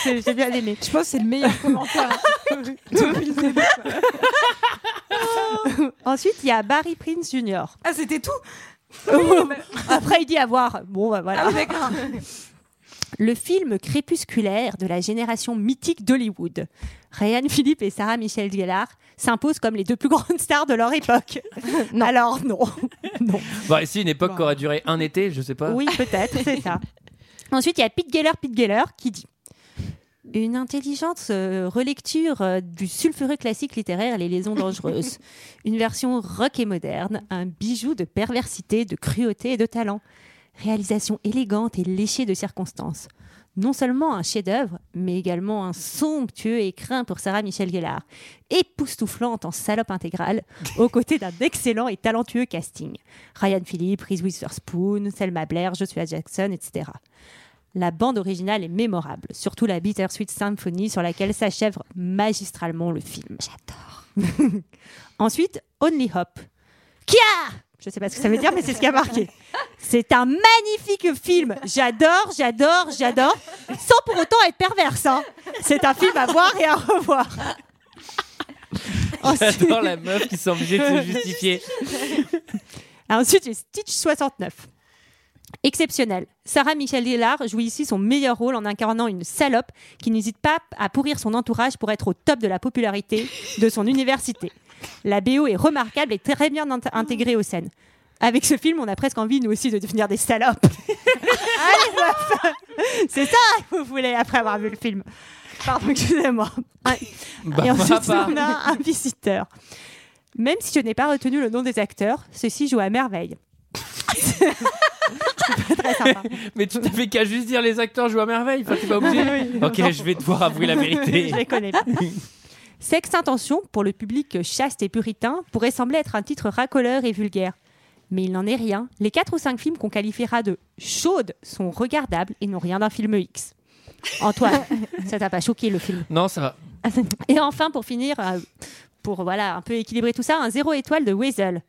J'ai j'ai bien aimé. Je pense que c'est le meilleur commentaire depuis le début. Ensuite, il y a Barry Prince Jr. Ah, c'était tout Après, il dit avoir. Bon, bah voilà. Ah oui, d'accord. Le film crépusculaire de la génération mythique d'Hollywood. Ryan Philippe et Sarah Michelle Gellar s'imposent comme les deux plus grandes stars de leur époque. Alors non. Bon, ici, une époque qui aurait duré un été, je sais pas. Oui, peut-être, c'est ça. Ensuite, il y a Pete Geller, Pete Geller qui dit une intelligente euh, relecture euh, du sulfureux classique littéraire Les Liaisons Dangereuses. une version rock et moderne, un bijou de perversité, de cruauté et de talent. Réalisation élégante et léchée de circonstances. Non seulement un chef-d'œuvre, mais également un somptueux écrin pour Sarah Michel Gellar, époustouflante en salope intégrale, aux côtés d'un excellent et talentueux casting. Ryan Phillippe, Reese Witherspoon, Selma Blair, Joshua Jackson, etc. La bande originale est mémorable, surtout la Bittersweet Symphony sur laquelle s'achève magistralement le film. J'adore. Ensuite, Only Hope. Kia Je sais pas ce que ça veut dire, mais c'est ce qui a marqué. C'est un magnifique film. J'adore, j'adore, j'adore. Sans pour autant être perverse. hein. C'est un film à voir et à revoir. J'adore la meuf qui sont obligée de se justifier. Ensuite, j'ai Stitch 69. Exceptionnel. Sarah Michel Gellar joue ici son meilleur rôle en incarnant une salope qui n'hésite pas à pourrir son entourage pour être au top de la popularité de son université. La BO est remarquable et très bien int- intégrée aux scènes. Avec ce film, on a presque envie, nous aussi, de devenir des salopes. Allez, meufs C'est ça que vous voulez après avoir vu le film. Pardon, excusez-moi. Un- Bah, et ensuite, papa. on a un visiteur. Même si je n'ai pas retenu le nom des acteurs, ceux-ci jouent à merveille. Mais tu t'avais qu'à juste dire les acteurs jouent à merveille, enfin, t'es pas obligé. Oui. ok, Non. je vais devoir avouer la vérité. Je les connais pas. Sexe Intention, pour le public chaste et puritain, pourrait sembler être un titre racoleur et vulgaire. Mais il n'en est rien. Les 4 ou 5 films qu'on qualifiera de chaudes sont regardables et n'ont rien d'un film X. Antoine, ça t'a pas choqué le film Non, ça va. Et enfin, pour finir, euh, pour voilà un peu équilibrer tout ça, un zéro étoile de Weasel.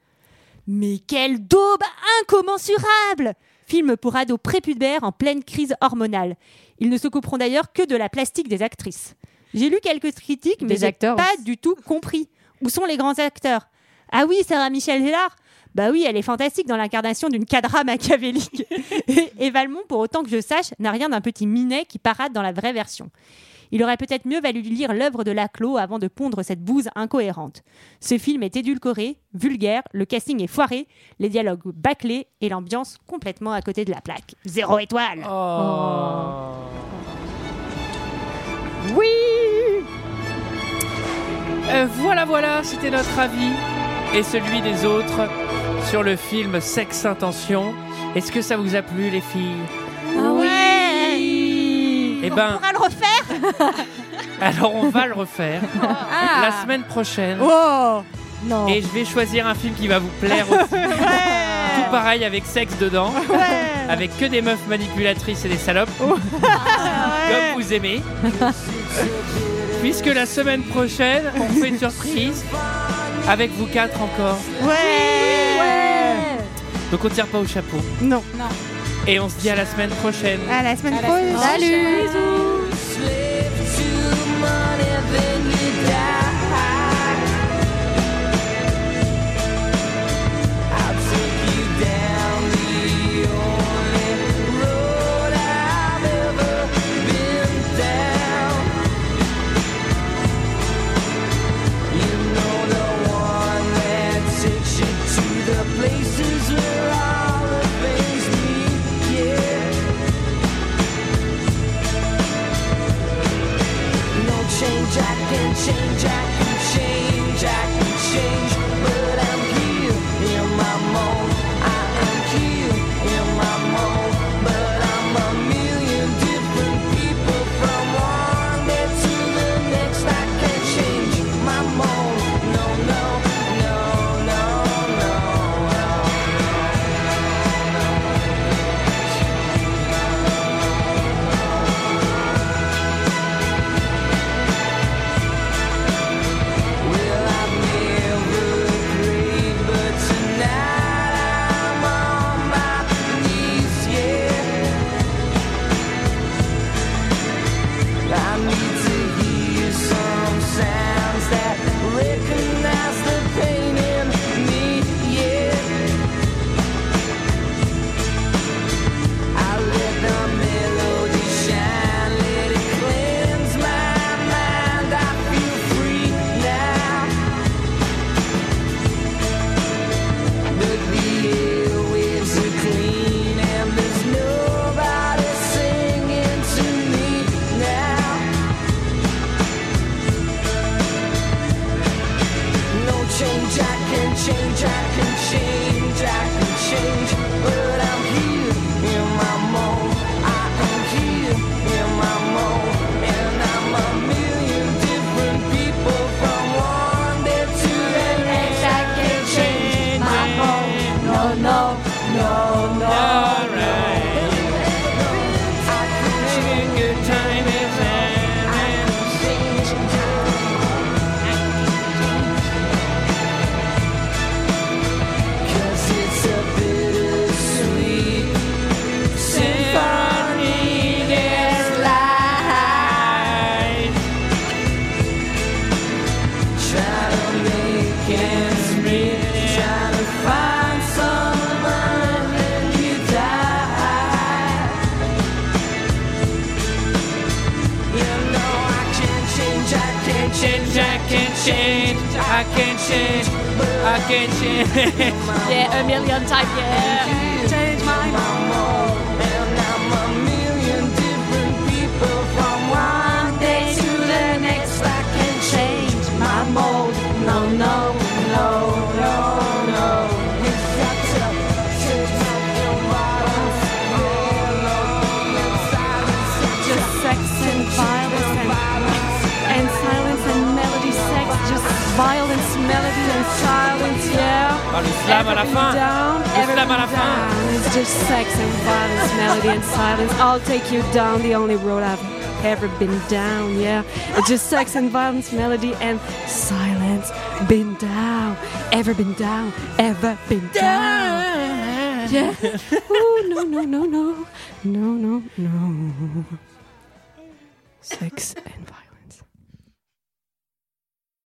Mais quelle daube incommensurable Film pour ados prépubères en pleine crise hormonale. Ils ne se couperont d'ailleurs que de la plastique des actrices. J'ai lu quelques critiques, mais Des j'ai acteurs pas du tout compris. Où sont les grands acteurs Ah oui, Sarah Michel Gellar Bah oui, elle est fantastique dans l'incarnation d'une cadra machiavélique. Et- Et Valmont, pour autant que je sache, n'a rien d'un petit minet qui parade dans la vraie version. Il aurait peut-être mieux valu lire l'œuvre de Laclos avant de pondre cette bouse incohérente. Ce film est édulcoré, vulgaire, le casting est foiré, les dialogues bâclés et l'ambiance complètement à côté de la plaque. Zéro étoile Oh. Oui Euh, Voilà, voilà, c'était notre avis et celui des autres sur le film Sexe Intention. Est-ce que ça vous a plu, les filles Ah Oui Eh ben, On pourra le refaire alors on va le refaire la semaine prochaine. Ah. Oh Non Et je vais choisir un film qui va vous plaire aussi. Tout pareil avec sexe dedans, avec que des meufs manipulatrices et des salopes, comme vous aimez. Puisque la semaine prochaine, on fait une surprise avec vous quatre encore. Ouais Donc on tire pas au chapeau. Non. Et on se dit à la semaine prochaine. À la semaine semaine prochaine prochaine. Places where all the things meet, yeah. No change, I can change, I can change, I can change. But I'm here in my mode. I am here in my mode. But I'm a million different people from one day to the next. I can change my mode. No, no, no, no, no, no. But can change, I can change, I can change, but I'm here in my mold. I am here in my mold, and I'm a million different people from one day to the next. I can change my mold. No, no, no, no, no. I can change your time and I can change your Cause it's a bittersweet symphony is life. Try to make ends meet, try to find someone and you die. You know I can't change, I can't change, I can't change, I can't change, I can't change. yeah, a million times, yeah. Change my mind. And I'm a million different people from one day to the next. I can change my mold. No, no, no, no, no. It's got to change my environment. Oh, no, no. Silence, just sex and violence and, and silence and melody, sex, just violence, melody and silence, yeah. Ah, le slam à la fin. Le slam à la fin. It's just sex and violence, melody and silence. I'll take you down the only road I've ever been down, yeah. It's just sex and violence, melody and silence. Been down, ever been down, ever been down. Yeah. Ooh, no, no, no, no. No, no, no. Sex and